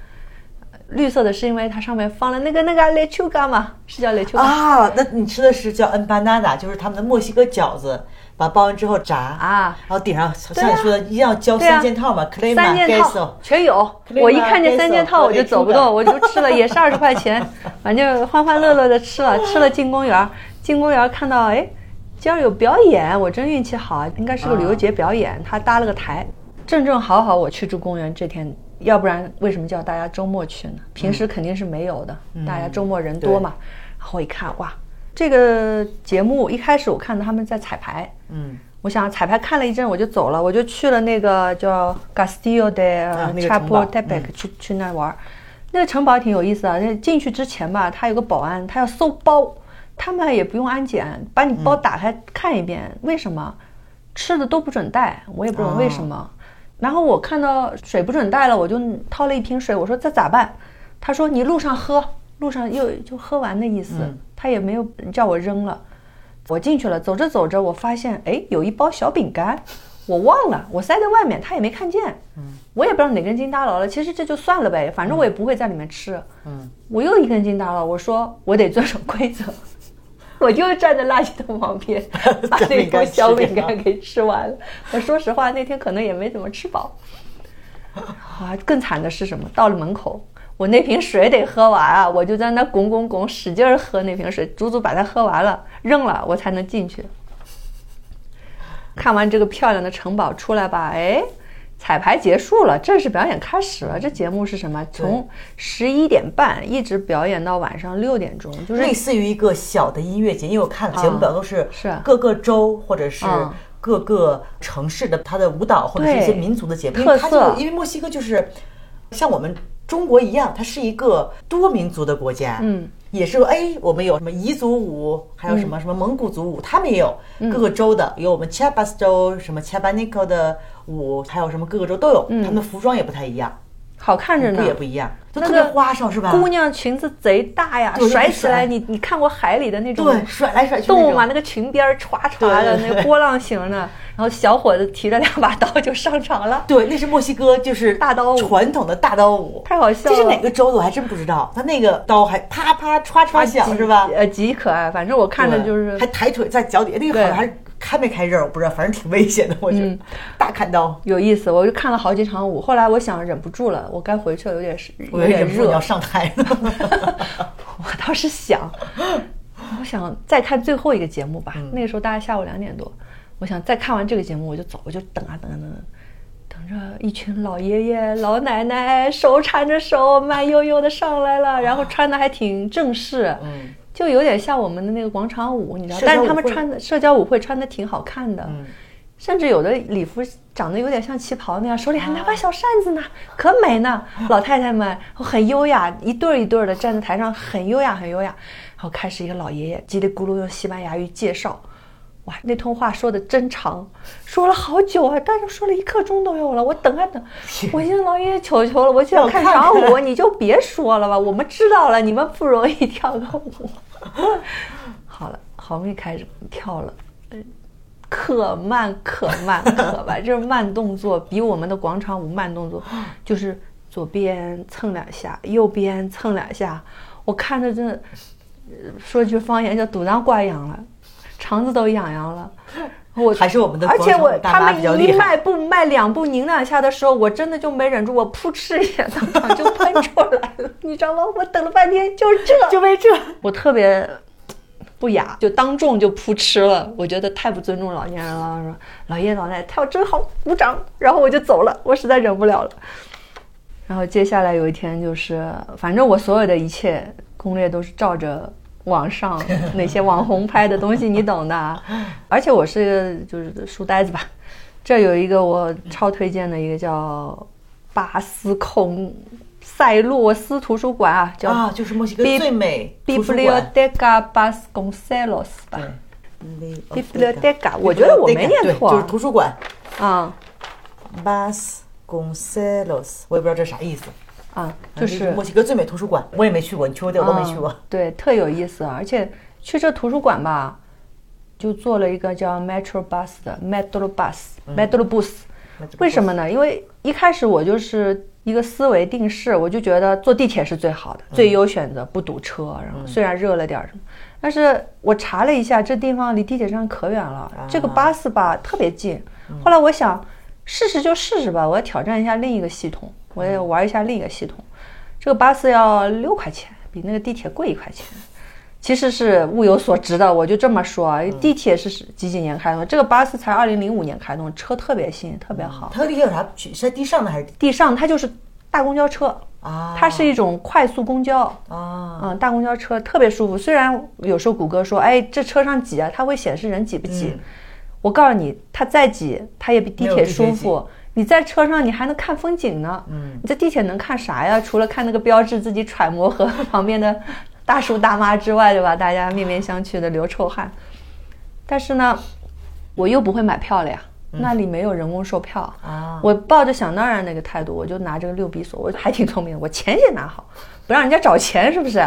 C: 绿色的是因为它上面放了那个那个 lechuga 嘛，是叫 lechuga，、
E: 啊？那你吃的是叫 empanada，就是他们的墨西哥饺子，把包完之后炸
C: 啊
E: 然后顶上像
C: 对
E: 你
C: 啊
E: 说的一定要浇
C: 对啊
E: 三件套嘛，crema 哦
C: 三件
E: queso
C: 套全有。
E: Crema
C: 我一看见三件套
E: queso
C: 我就走不动，我就吃了，也是二十块 钱，反正欢欢乐乐的吃了，吃了进公园儿，进公园儿看到哎，今儿有表演，我真运气好啊，应该是个旅游节表演，他搭了个台，正正好好我去住公园这天。要不然为什么叫大家周末去呢？平
E: 嗯
C: 时肯定是没有的，大家周末人多嘛。然后一看，哇，这个节目一开始我看到他们在彩排，
E: 嗯，
C: 我想彩排看了一阵，我就走了，我就去了那个叫 Castillo de
E: 啊那个
C: c
E: 城
C: h a
E: 堡
C: p o t e p e c 去去那玩儿。那个城堡挺有意思的，那进去之前吧，他有个保安，他要搜包，他们也不用安检，把你
E: 嗯
C: 包打开看一遍，为什么？吃的都不准带，我也不懂为
E: 哦
C: 什么。然后我看到水不准带了，我就掏了一瓶水，我说这咋办？他说你路上喝，路上又就喝完的意思，
E: 嗯
C: 他也没有叫我扔了。我进去了，走着走着，我发现哎，有一包小饼干，我忘了，我塞在外面，他也没看见。我也不知道哪根筋搭牢了，其实这就算了呗，反正我也不会在里面吃。嗯，我又一根筋搭牢，我说我得遵守规则， 我就站在垃圾桶旁边， 把那包小饼干给吃完了。我说实话，那天可能也没怎么吃饱。啊，更惨的是什么？到了门口，我那瓶水得喝完啊，我就在那拱拱拱，使劲儿喝那瓶水，足足把它喝完了，扔了我才能进去。看完这个漂亮的城堡出来吧，哎，彩排结束了，正式表演开始了。这节目是什么？从十一点半一直表演到晚上六点钟，就是
E: 类似于一个小的音乐节，因为我看了节目表都是
C: 啊是
E: 各个州或者是
C: 嗯
E: 各个城市的它的舞蹈或者是一些
C: 对
E: 民族的节目，因
C: 特
E: 为它就
C: 色
E: 因为墨西哥就是像我们中国一样，它是一个多民族的国家，
C: 嗯。
E: 也是哎，我们有什么彝族舞，还有什么什么蒙古族舞，他们也有
C: 嗯
E: 各个州的，有我们 Chiapas 州什么 c h a p a n i c o 的舞，还有什么各个州都有，他们的服装也不太一样，
C: 好看嗯着呢
E: 不。也不一样，都
C: 那
E: 特别
C: 个
E: 花哨是吧？
C: 姑娘裙子贼大呀
E: 对，
C: 甩起来
E: 甩
C: 你你看过海里的那种
E: 对，甩来甩去那
C: 动物啊
E: 种
C: 嘛，那个裙边儿歘歘的
E: 对对
C: 那
E: 对
C: 个波浪形的，然后小伙子提着两把刀就上场了，
E: 对，那是墨西哥，就是
C: 大刀舞
E: 传统的大刀舞，
C: 太好笑
E: 这是
C: 了
E: 哪个州的？我还真不知道。他那个刀还啪啪歘歘响是吧？
C: 呃，极可爱，反正我看着
E: 对
C: 就是
E: 还抬腿在脚底，那个好
C: 对
E: 像还开没开刃我不知道，反正挺危险的，我觉得。大砍刀，
C: 有意思，我就看了好几场舞。后来我想忍不住了，我该回去了，有点是
E: 我
C: 有
E: 有
C: 点
E: 点热，
C: 热
E: 要，上台 了。
C: 我倒是想，我想再看最后一个节目吧。
E: 嗯
C: 那个时候大概下午两点多，我想再看完这个节目我就走，我就等啊等啊等啊等，等着一群老爷爷老奶奶手缠着手，慢悠悠的上来了，然后穿的还挺正式，
E: 啊嗯
C: 就有点像我们的那个广场舞，你知道，
E: 社交
C: 但是他
E: 舞
C: 们
E: 会
C: 穿的社交舞会穿的挺好看的，甚至有的礼服长得有点像旗袍那样，手里还拿把小扇子呢，可美 呢。老太太们很优雅，一对儿一对儿的站在台上，很优雅，很优雅。然后开始一个老爷爷叽里咕噜用西班牙语介绍，哇，那通话说的真长，说了好久啊，但是说了一刻钟都有了。我等啊等，我现在老爷爷求求了，我想看场舞，你就别说了吧，我们知道了，你们不容易跳个舞。好了，好不容易开始跳了。可慢可慢可慢，这是慢动作，比我们的广场舞慢动作，就是左边蹭两下，右边蹭两下，我看着真的，呃说句方言叫肚囊挂痒了，肠子都痒痒了。我
E: 还是我们的
C: 而且
E: 广场舞
C: 我
E: 大
C: 他
E: 妈
C: 们
E: 比较
C: 一
E: 厉害
C: 迈步迈两步拧两下的时候，我真的就没忍住，我扑哧一下当场就喷出来了，你知道吗？我等了半天就是这，就为这，我特别。不雅，就当众就扑哧了，我觉得太不尊重老年人了。说老爷老奶奶跳真好，鼓掌。然后我就走了，我实在忍不了了。然后接下来有一天就是，反正我所有的一切攻略都是照着网 上那些网红拍的东西，你懂的啊。而且我是就是书呆子吧，这有一个我超推荐的一个叫巴斯孔塞洛斯图书馆啊，叫
E: 啊，就是墨西哥最美图书馆。
C: Biblioteca Vasconcelos 吧
E: 对
C: Biblioteca，我觉得我没念错
E: 对就是图书馆。
C: 啊
E: Vasconcelos，我也不知道这啥意思。
C: 啊，就
E: 反正
C: 是
E: 墨西哥最美图书馆，我也没去过，你去过地儿我都没去过
C: 嗯。对，特有意思，啊而且去这图书馆吧，就做了一个叫 Metro Bus 的嗯 Metro Bus，Metro Bus，、
E: Metrobus
C: 为什么呢？因为一开始我就是一个思维定式，我就觉得坐地铁是最好的，最优选择，不堵车，然后虽然热了点儿什么。但是我查了一下，这地方离地铁站可远了，这个巴士吧特别近。后来我想，试试就试试吧，我要挑战一下另一个系统，我也玩一下另一个系统。这个巴士要六块钱，比那个地铁贵一块钱。其实是物有所值的，我就这么说啊。地铁是几几年开通的？这个巴士才二零零五年开通，车特别新，特别好。
E: 它和地铁有啥区？是在地上的还是地？
C: 地上它就是大公交车
E: 啊
C: 它是一种快速公交啊，嗯，大公交车特别舒服。虽然有时候谷歌说，哎，这车上挤啊，它会显示人挤不挤。我告诉你，它再挤，它也比地
E: 没有
C: 铁
E: 地铁
C: 舒服。你在车上，你还能看风景呢。嗯，你在地铁能看啥呀？除了看那个标志，自己揣摩和 旁边的大叔大妈之外，对吧？大家面面相觑的流臭汗。但是呢，我又不会买票了呀，那里没有人工售票
E: 嗯啊
C: 我抱着想当然那个态度，我就拿这个六比索，我 还挺聪明的，我钱先拿好，不让人家找钱，是不是？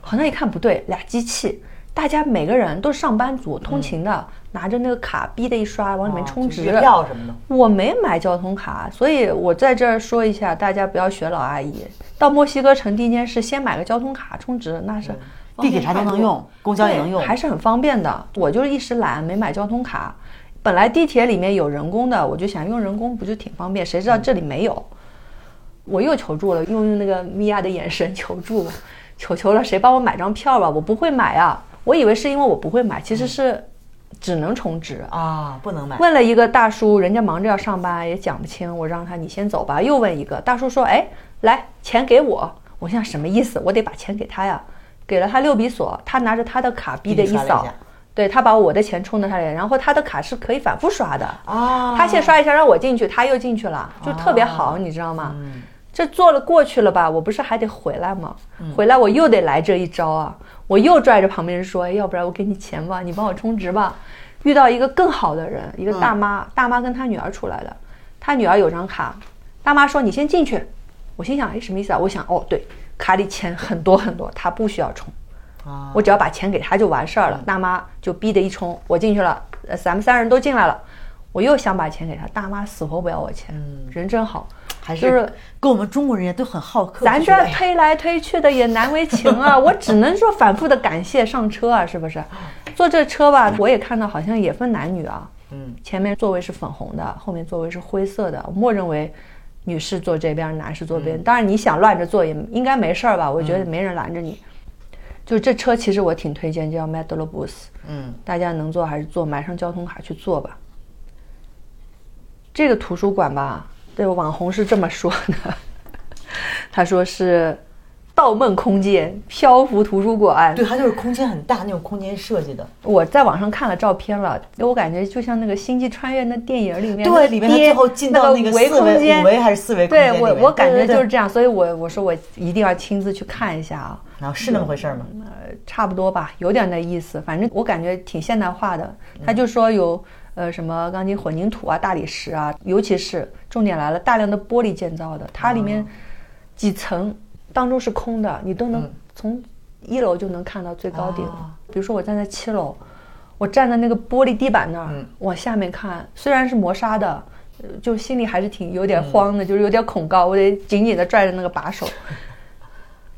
C: 好，那一看不对，俩机器，大家每个人都是上班族，通勤的，拿着那个卡，逼的一刷，往里面
E: 啊
C: 充
E: 嗯就
C: 值。
E: 是月票什么的
C: 我没买交通卡，所以我在这儿说一下，大家不要学老阿姨。到墨西哥城第一件事，先买个交通卡充值，那是方
E: 地
C: 便
E: 铁啥都
C: 太
E: 能
C: 多
E: 用，公交也
C: 对
E: 能用，
C: 还是很方便的。我就是一时懒，没买交通卡。本来地铁里面有人工的，我就想用人工不就挺方便？谁知道这里没有，我又求助了，用用那个米娅的眼神求助，求求了谁帮我买张票吧？我不会买啊，我以为是因为我不会买，其实是只能充值啊。
E: 啊，不能买。
C: 问了一个大叔，人家忙着要上班，也讲不清。我让他你先走吧。又问一个大叔说：“哎，来，钱给我。”我想什么意思？我得把钱给他呀。给了他六比索，他拿着他的卡逼的
E: 给你刷了一
C: 扫
E: 下，
C: 对他把我的钱充到他脸，然后他的卡是可以反复刷的
E: 啊
C: 他先刷一下让我进去，他又进去了，就特别好，你知道吗？这做了过去了吧，我不是还得回来吗？回来我又得来这一招啊！我又拽着旁边人说，哎要不然我给你钱吧，你帮我充值吧。遇到一个更好的人，一个大妈，大妈跟她女儿出来的，她女儿有张卡，大妈说你先进去。我心想，哎，什么意思啊？我想，哦，对，卡里钱很多很多，她不需要充。
E: 啊嗯
C: 我只要把钱给他就完事儿了。大妈就逼得一冲，我进去了，呃，咱们三人都进来了，我又想把钱给他，大妈死活不要我钱，人真好，
E: 嗯还
C: 就是是
E: 跟我们中国人也都很好客，
C: 咱
E: 就
C: 这
E: 觉得哎呀
C: 推来推去的也难为情啊，我只能说反复的感谢上车啊，是不是？坐这车吧，我也看到好像也分男女啊，嗯，前面座位是粉红的，后面座位是灰色的，我默认为。女士坐这边，男士坐这边。当然，你想乱着坐也应该没事儿吧？我觉得没人拦着你。就这车，其实我挺推荐叫 Metrobus，
E: 嗯，
C: 大家能坐还是坐，买上交通卡去坐吧。这个图书馆吧，这个网红是这么说的， 他说是“盗梦空间”漂浮图书馆。
E: 对，它就是空间很大那种空间设计的，
C: 我在网上看了照片了，我感觉就像那个《星际穿越》那电影里面，
E: 对，里面它最后进到
C: 那
E: 那个
C: 个
E: 四
C: 维
E: 维
C: 空间
E: 五维还是四维空间
C: 对
E: 里
C: 我
E: 面，
C: 我感觉
E: 对对
C: 就是
E: 对
C: 这样，所以我我说我一定要亲自去看一下啊。
E: 然后是那么回事儿吗？
C: 嗯差不多吧，有点那意思。反正我感觉挺现代化的。他就说有呃什么钢筋混凝土啊、大理石啊，尤其是重点来了，大量的玻璃建造的，它里面几层当中是空的，你都能从一楼就能看到最高顶。比如说我站在七楼，我站在那个玻璃地板那儿、往下面看，虽然是磨砂的。呃就心里还是挺有点慌的，就是有点恐高，我得紧紧的拽着那个把手。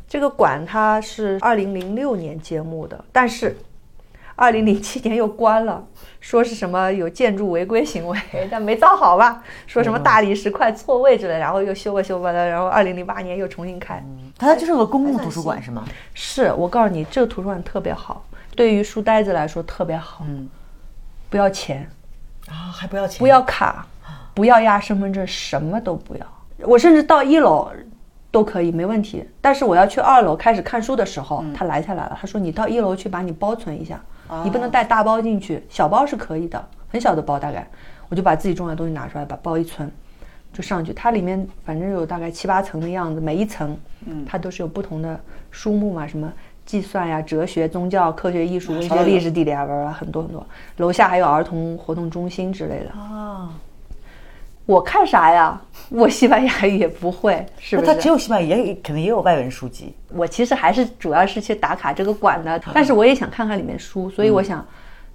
C: 这个馆它是二零零六年揭幕的，但是2006二零零七年又关了，说是什么有建筑违规行为，但没造好吧？说什么大理石块错位之类，然后又修吧修吧的，然后二零零八年又重新开。
E: 它它就是个公共图书馆是吗？
C: 是我告诉你，这个图书馆特别好，对于书呆子来说特别好。嗯，不要钱，
E: 啊，还不要钱？
C: 不要卡，不要压身份证，什么都不要。我甚至到一楼都可以，没问题。但是我要去二楼开始看书的时候，他拦下来了，他说：“你到一楼去把你包存一下，你不能带大包进去，小包是可以的，很小的包大概。”我就把自己重要的东西拿出来，把包一存，就上去。它里面反正有大概七八层的样子，每一层，它都是有不同的书目嘛，什么。计算呀、哲学、宗教、科学、艺术、文学、历史、地理啊，玩玩很多很多。楼下还有儿童活动中心之类的。
E: 啊，
C: 我看啥呀？ 我西班牙语也不会，是
E: 那
C: 不
E: 它只
C: 是？
E: 有西班牙，也有肯定也有外文书籍。
C: 我其实还是主要是去打卡这个馆的，但是我也想看看里面书，所以我想。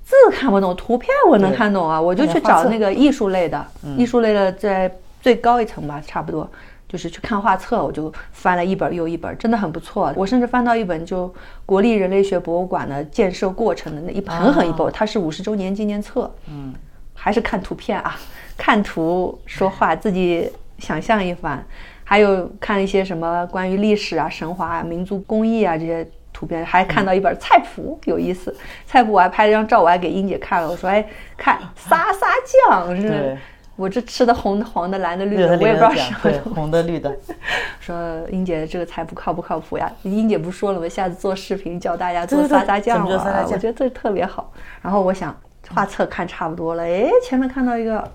C: 字看不懂，图片我能看懂啊，我就去找那个艺术类的，艺术类的在最高一层吧，差不多，就是去看画册，我就翻了一本又一本，真的很不错。我甚至翻到一本就国立人类学博物馆的建设过程的那一狠狠一本，它是五十周年纪念册，嗯，还是看图片啊， 看图说话，自己想象一番，还有看一些什么关于历史啊、神话啊、民族工艺啊这些图片，还看到一本菜谱，有意思。菜谱我还拍了张照，我还给英姐看了，我说：“哎，看撒撒酱是
E: 对。”
C: 我这吃的红的、黄的、蓝的、绿的，
E: 它
C: 我
E: 里
C: 也不
E: 面
C: 知道
E: 讲
C: 什么
E: 对，
C: 东西。
E: 红的、绿的，
C: 说英姐这个菜谱靠不靠谱呀？英姐不是说了吗？下次做视频教大家
E: 对
C: 做
E: 对对
C: 撒撒酱
E: 怎么做撒撒
C: 啊
E: 酱
C: 我觉得这特别好。然后我想画册看差不多了，诶，前面看到一个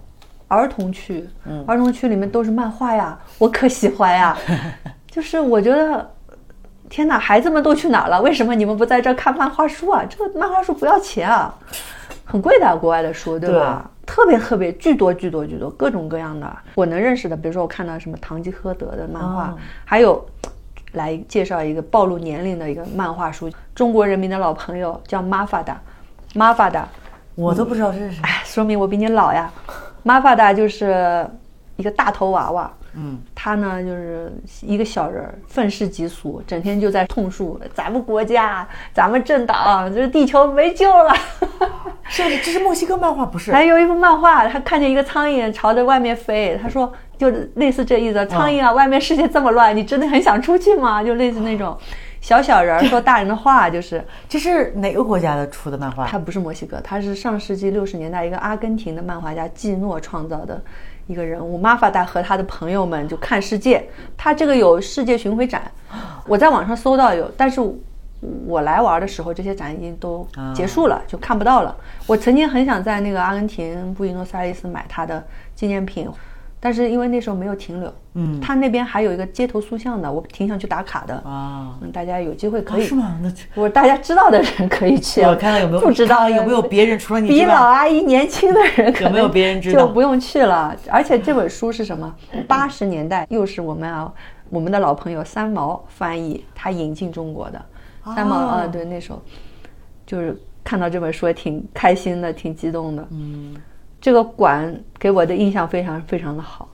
C: 儿童区，
E: 嗯
C: 儿童区里面都是漫画呀，我可喜欢呀。 就是我觉得，天哪，孩子们都去哪儿了？为什么你们不在这儿看漫画书啊？这个漫画书不要钱啊，很贵的啊、国外的书，对吧？特别特别巨多巨多巨多，各种各样的我能认识的，比如说我看到什么《堂吉诃德》的漫画，还有来介绍一个暴露年龄的一个漫画书，中国人民的老朋友叫马法达，马法达，
E: 我都不知道这是啥。
C: 哎，说明我比你老呀。马法达就是一个大头娃娃，嗯，他呢就是一个小人儿，愤世嫉俗，整天就在痛述咱们国家、咱们政党，就是地球没救了。
E: 这是这是墨西哥漫画不是？
C: 还有一幅漫画，他看见一个苍蝇朝着外面飞，他说就类似这意思，苍蝇啊，外面世界这么乱，你真的很想出去吗？就类似那种小小人儿说大人的话，就是
E: 这是哪个国家的出的漫画？
C: 他不是墨西哥，他是上世纪六十年代一个阿根廷的漫画家季诺创造的一个人物。马法达和他的朋友们就看世界，他这个有世界巡回展，我在网上搜到有，但是我来玩的时候，这些展已经都
E: 啊
C: 结束了，就看不到了。我曾经很想在那个阿根廷布宜诺斯艾利斯买他的纪念品。但是因为那时候没有停留，嗯，他那边还有一个街头塑像的，我挺想去打卡的
E: 啊，
C: 嗯，大家有机会可
E: 啊
C: 以
E: 是吗？那这
C: 我大家知道的人可以去，啊
E: 我看看有没有
C: 不知道
E: 看
C: 的
E: 看有没有别人除了你
C: 比
E: 之外
C: 老阿姨年轻的人可能
E: 有没有别人知
C: 就
E: 道
C: 不用去了。而且这本书是什么？八十年代又是我们啊，我们的老朋友三毛翻译，他引进中国的。三毛啊，对，那时候就是看到这本书也挺开心的，挺激动的。嗯，这个馆给我的印象非常非常的好，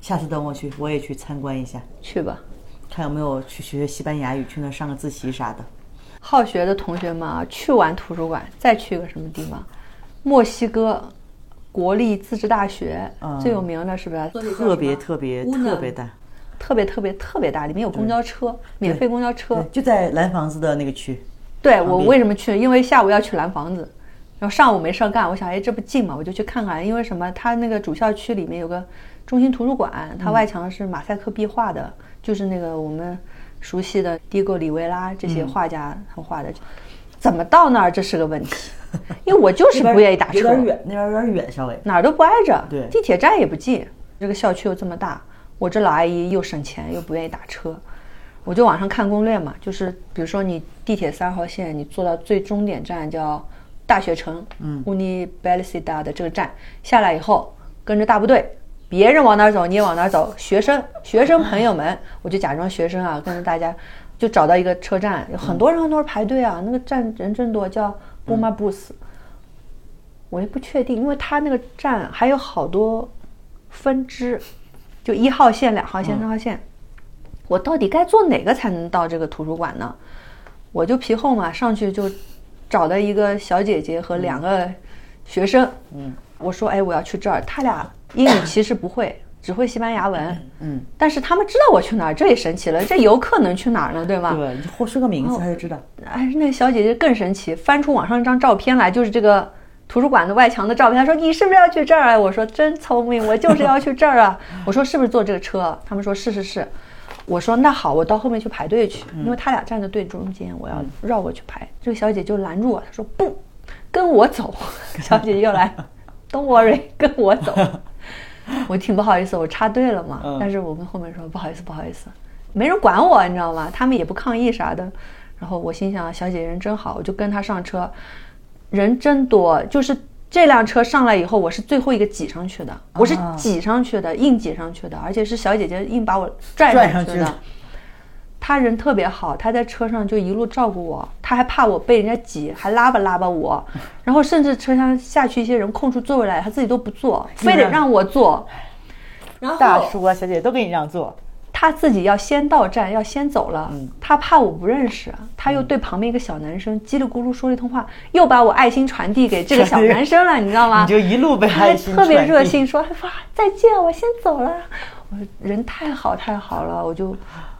E: 下次等我去，我也去参观一下，
C: 去吧。
E: 看有没有去学学西班牙语，去那儿上个自习啥的。
C: 好学的同学们啊，去完图书馆再去个什么地方？墨西哥国立自治大学、最有名的是不是？
E: 嗯特别特别
C: 乌呢
E: 特别大，
C: 特别特别特别大，里面有公交车，免费公交车
E: 对，。就在蓝房子的那个区。
C: 对我
E: 边
C: 为什么去？因为下午要去蓝房子，然后上午没事儿干，我想哎这不近嘛，我就去看看。因为什么？它那个主校区里面有个中心图书馆，它外墙是马赛克壁画的，就是那个我们熟悉的迪戈里维拉这些画家他画的。怎么到那儿这是个问题，因为我就是不愿意打车，
E: 有点远，那边有点远，稍微。
C: 哪儿都不挨着，
E: 对
C: 地铁站也不近，这个校区又这么大，我这老阿姨又省钱又不愿意打车，我就网上看攻略嘛，就是比如说你地铁三号线，你坐到最终点站叫大学城，嗯，Universidad 的这个站下来以后，跟着大部队。别人往哪儿走，你也往哪儿走。学生、学生朋友们，我就假装学生啊，跟着大家，就找到一个车站，有很多人都是排队啊。那个站人真多，叫 Buma Bus，、我也不确定，因为它那个站还有好多分 支，就一号线、两号线、三号线，我到底该坐哪个才能到这个图书馆呢？我就皮厚嘛，上去就找的一个小姐姐和两个学生，嗯，我说哎我要去这儿，他俩英语其实不会，只会西班牙文，嗯，但是他们知道我去哪儿，这也神奇了，这游客能去哪儿呢，对吗？
E: 对，你或说个名字他就知道。
C: 哎，那小姐姐更神奇，翻出网上一张照片来，就是这个图书馆的外墙的照片。她说：“你是不是要去这儿啊？”我说：“真聪明，我就是要去这儿啊。”我说：“是不是坐这个车啊？”他们说：“是是是。”我说：“那好，我到后面去排队去，因为他俩站在队中间，我要绕过去排。这个小姐就拦住我，她说：“不，跟我走。” 小姐姐又 来，Don't worry，跟我走。我挺不好意思，我插队了嘛，
E: 嗯
C: 但是我跟后面说不好意思，不好意思，没人管我，你知道吗？他们也不抗议啥的。然后我心想，小姐姐人真好，我就跟她上车，人真多，就是这辆车上来以后，我是最后一个挤上去的，我是
E: 啊
C: 挤上去的，硬挤上去的，而且是小姐姐硬把我拽
E: 拽
C: 上
E: 上
C: 去
E: 去
C: 的
E: 的。
C: 她人特别好，她在车上就一路照顾我，她还怕我被人家挤，还拉吧拉吧我，然后甚至车厢下去一些人空出座位来，她自己都不坐，非得让我坐。然后
E: 大叔啊，小姐姐都给你让座，
C: 他自己要先到站，要先走了，
E: 嗯
C: 他怕我不认识，啊他又对旁边一个小男生叽里咕噜说了一通话，又把我爱心传递给这个小男生了，你知道吗？
E: 嗯你就一路被
C: 他还
E: 爱心
C: 特别
E: 传递
C: 热心说哇再见，我先走了。我说人太好太好了，我就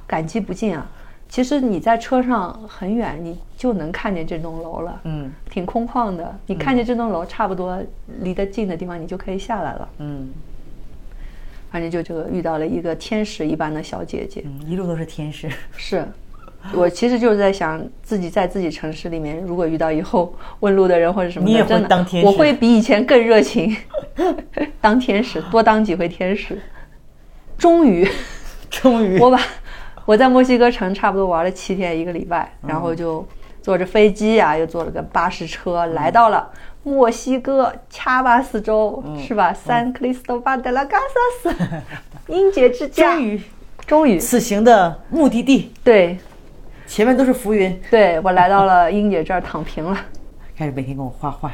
C: 感激不尽啊。其实你在车上很远，你就能看见这栋楼了，
E: 嗯，
C: 挺空旷的。你看见这栋楼，差不多离得近的地方，你就可以下来了。
E: 嗯，
C: 反正就这个遇到了一个天使一般的小姐姐，
E: 嗯一路都是天使。
C: 是，我其实就是在想，自己在自己城市里面，如果遇到以后问路的人或者什么的，
E: 你也会
C: 真的
E: 当天使
C: 我会比以前更热情， 当天使，多当几回天使。终于，
E: 终于，
C: 我把我在墨西哥城差不多玩了七天一个礼拜，然
E: 嗯
C: 后就坐着飞机啊，又坐了个巴士车，来到了墨西哥恰巴斯州，
E: 嗯
C: 是吧？San Cristobal de las Casas，英 杰之家。
E: 终于，
C: 终于，
E: 此行的目的地
C: 对，
E: 前面都是浮云。
C: 对我来到了英姐这儿躺平了，
E: 开始每天给我画画，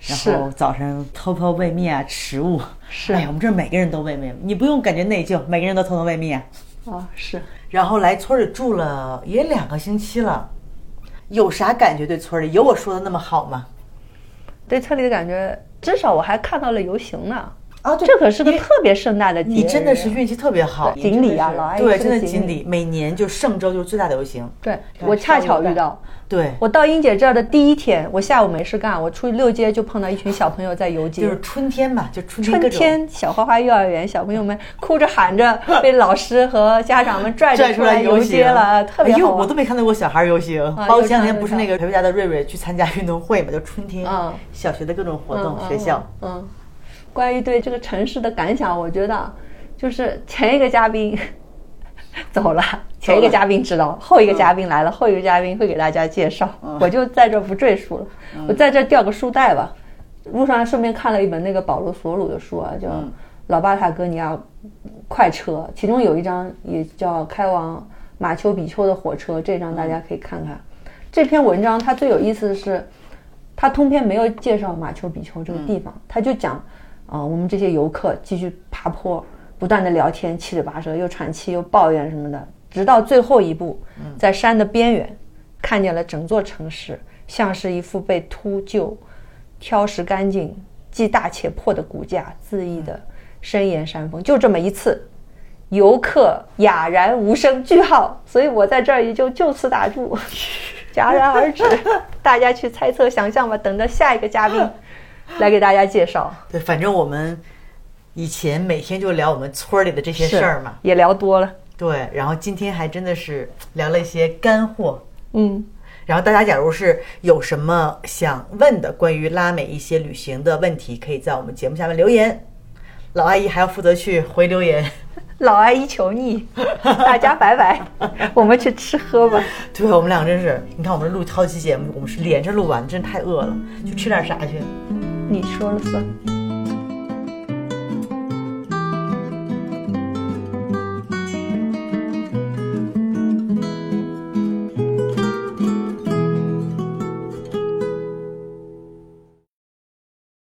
E: 然
C: 是
E: 后早上偷偷喂面啊，食物。
C: 是
E: 哎呀，我们这儿每个人都喂面，你不用感觉内疚，每个人都偷偷喂啊面。
C: 哦，是
E: 然后来村儿里住了也两个星期了，有啥感觉？对村儿里有我说的那么好吗？
C: 对村里的感觉，至少我还看到了游行呢，
E: 啊，对
C: 这可是个
E: 因为
C: 特别盛大的节日。
E: 你真的是运气特别好，
C: 对锦鲤啊
E: 真的是
C: 老爱
E: 对，
C: 吃
E: 真的
C: 锦
E: 锦
C: 鲤
E: 鲤，每年就圣周就是最大的游行，
C: 对我恰巧遇到。
E: 对，
C: 我到英姐这儿的第一天，我下午没事干，我出去溜街就碰到一群小朋友在游街，
E: 就是春天嘛，就春天
C: 春
E: 各种
C: 天小花花幼儿园小朋友们哭着喊着被老师和家长们拽着
E: 拽
C: 出
E: 出来
C: 来游
E: 行
C: 街了，特别
E: 哎呦，
C: 好
E: 我
C: 玩
E: 都。没看到过小孩游行。
C: 啊
E: 包
C: 有
E: 括前两
C: 看
E: 天
C: 有
E: 不是那个陪陪家的瑞瑞去参加运动会嘛，就春天
C: 嗯
E: 小学的各种活
C: 嗯
E: 动，
C: 嗯
E: 学校
C: 嗯嗯关于对这个城市的感想，我觉得就是前一个嘉宾 走了，前一个嘉宾知道，后
E: 嗯
C: 一个嘉宾来了，后一个嘉宾会给大家介绍，我就在这儿不赘述了，
E: 嗯
C: 我在这儿掉个书袋吧。路上顺便看了一本那个保罗·索鲁的书啊，叫《
E: 嗯
C: 老巴塔哥尼亚快车》，其中有一章也叫《开往马丘比丘的火车》，这章大家
E: 嗯
C: 可以看看。这篇文章它最有意思的是，它通篇没有介绍马丘比丘这个地方，它就讲，啊、我们这些游客继续爬坡，不断的聊天，七嘴八舌，又喘气又抱怨什么的，直到最后一步，在山的边缘，看见了整座城市，像是一副被秃鹫挑食干净、既大且破的骨架，恣意的伸延山峰，就这么一次。游客哑然无声，句号。所以我在这儿也就就此打 住，戛然而止。大家去猜测、想象吧，等着下一个嘉宾 来给大家介绍。
E: 对，反正我们以前每天就聊我们村儿里的这些事儿嘛，
C: 也聊多了，
E: 对。然后今天还真的是聊了一些干货。
C: 嗯，
E: 然后大家假如是有什么想问的关于拉美一些旅行的问题，可以在我们节目下面留言，老阿姨还要负责去回留言。
C: 老阿姨求你，大家拜 拜，我们去吃喝吧。
E: 对我们俩真是，你看我们录超期节目，我们是连着录完，真的太饿了，去吃点啥去？
C: 你说了算。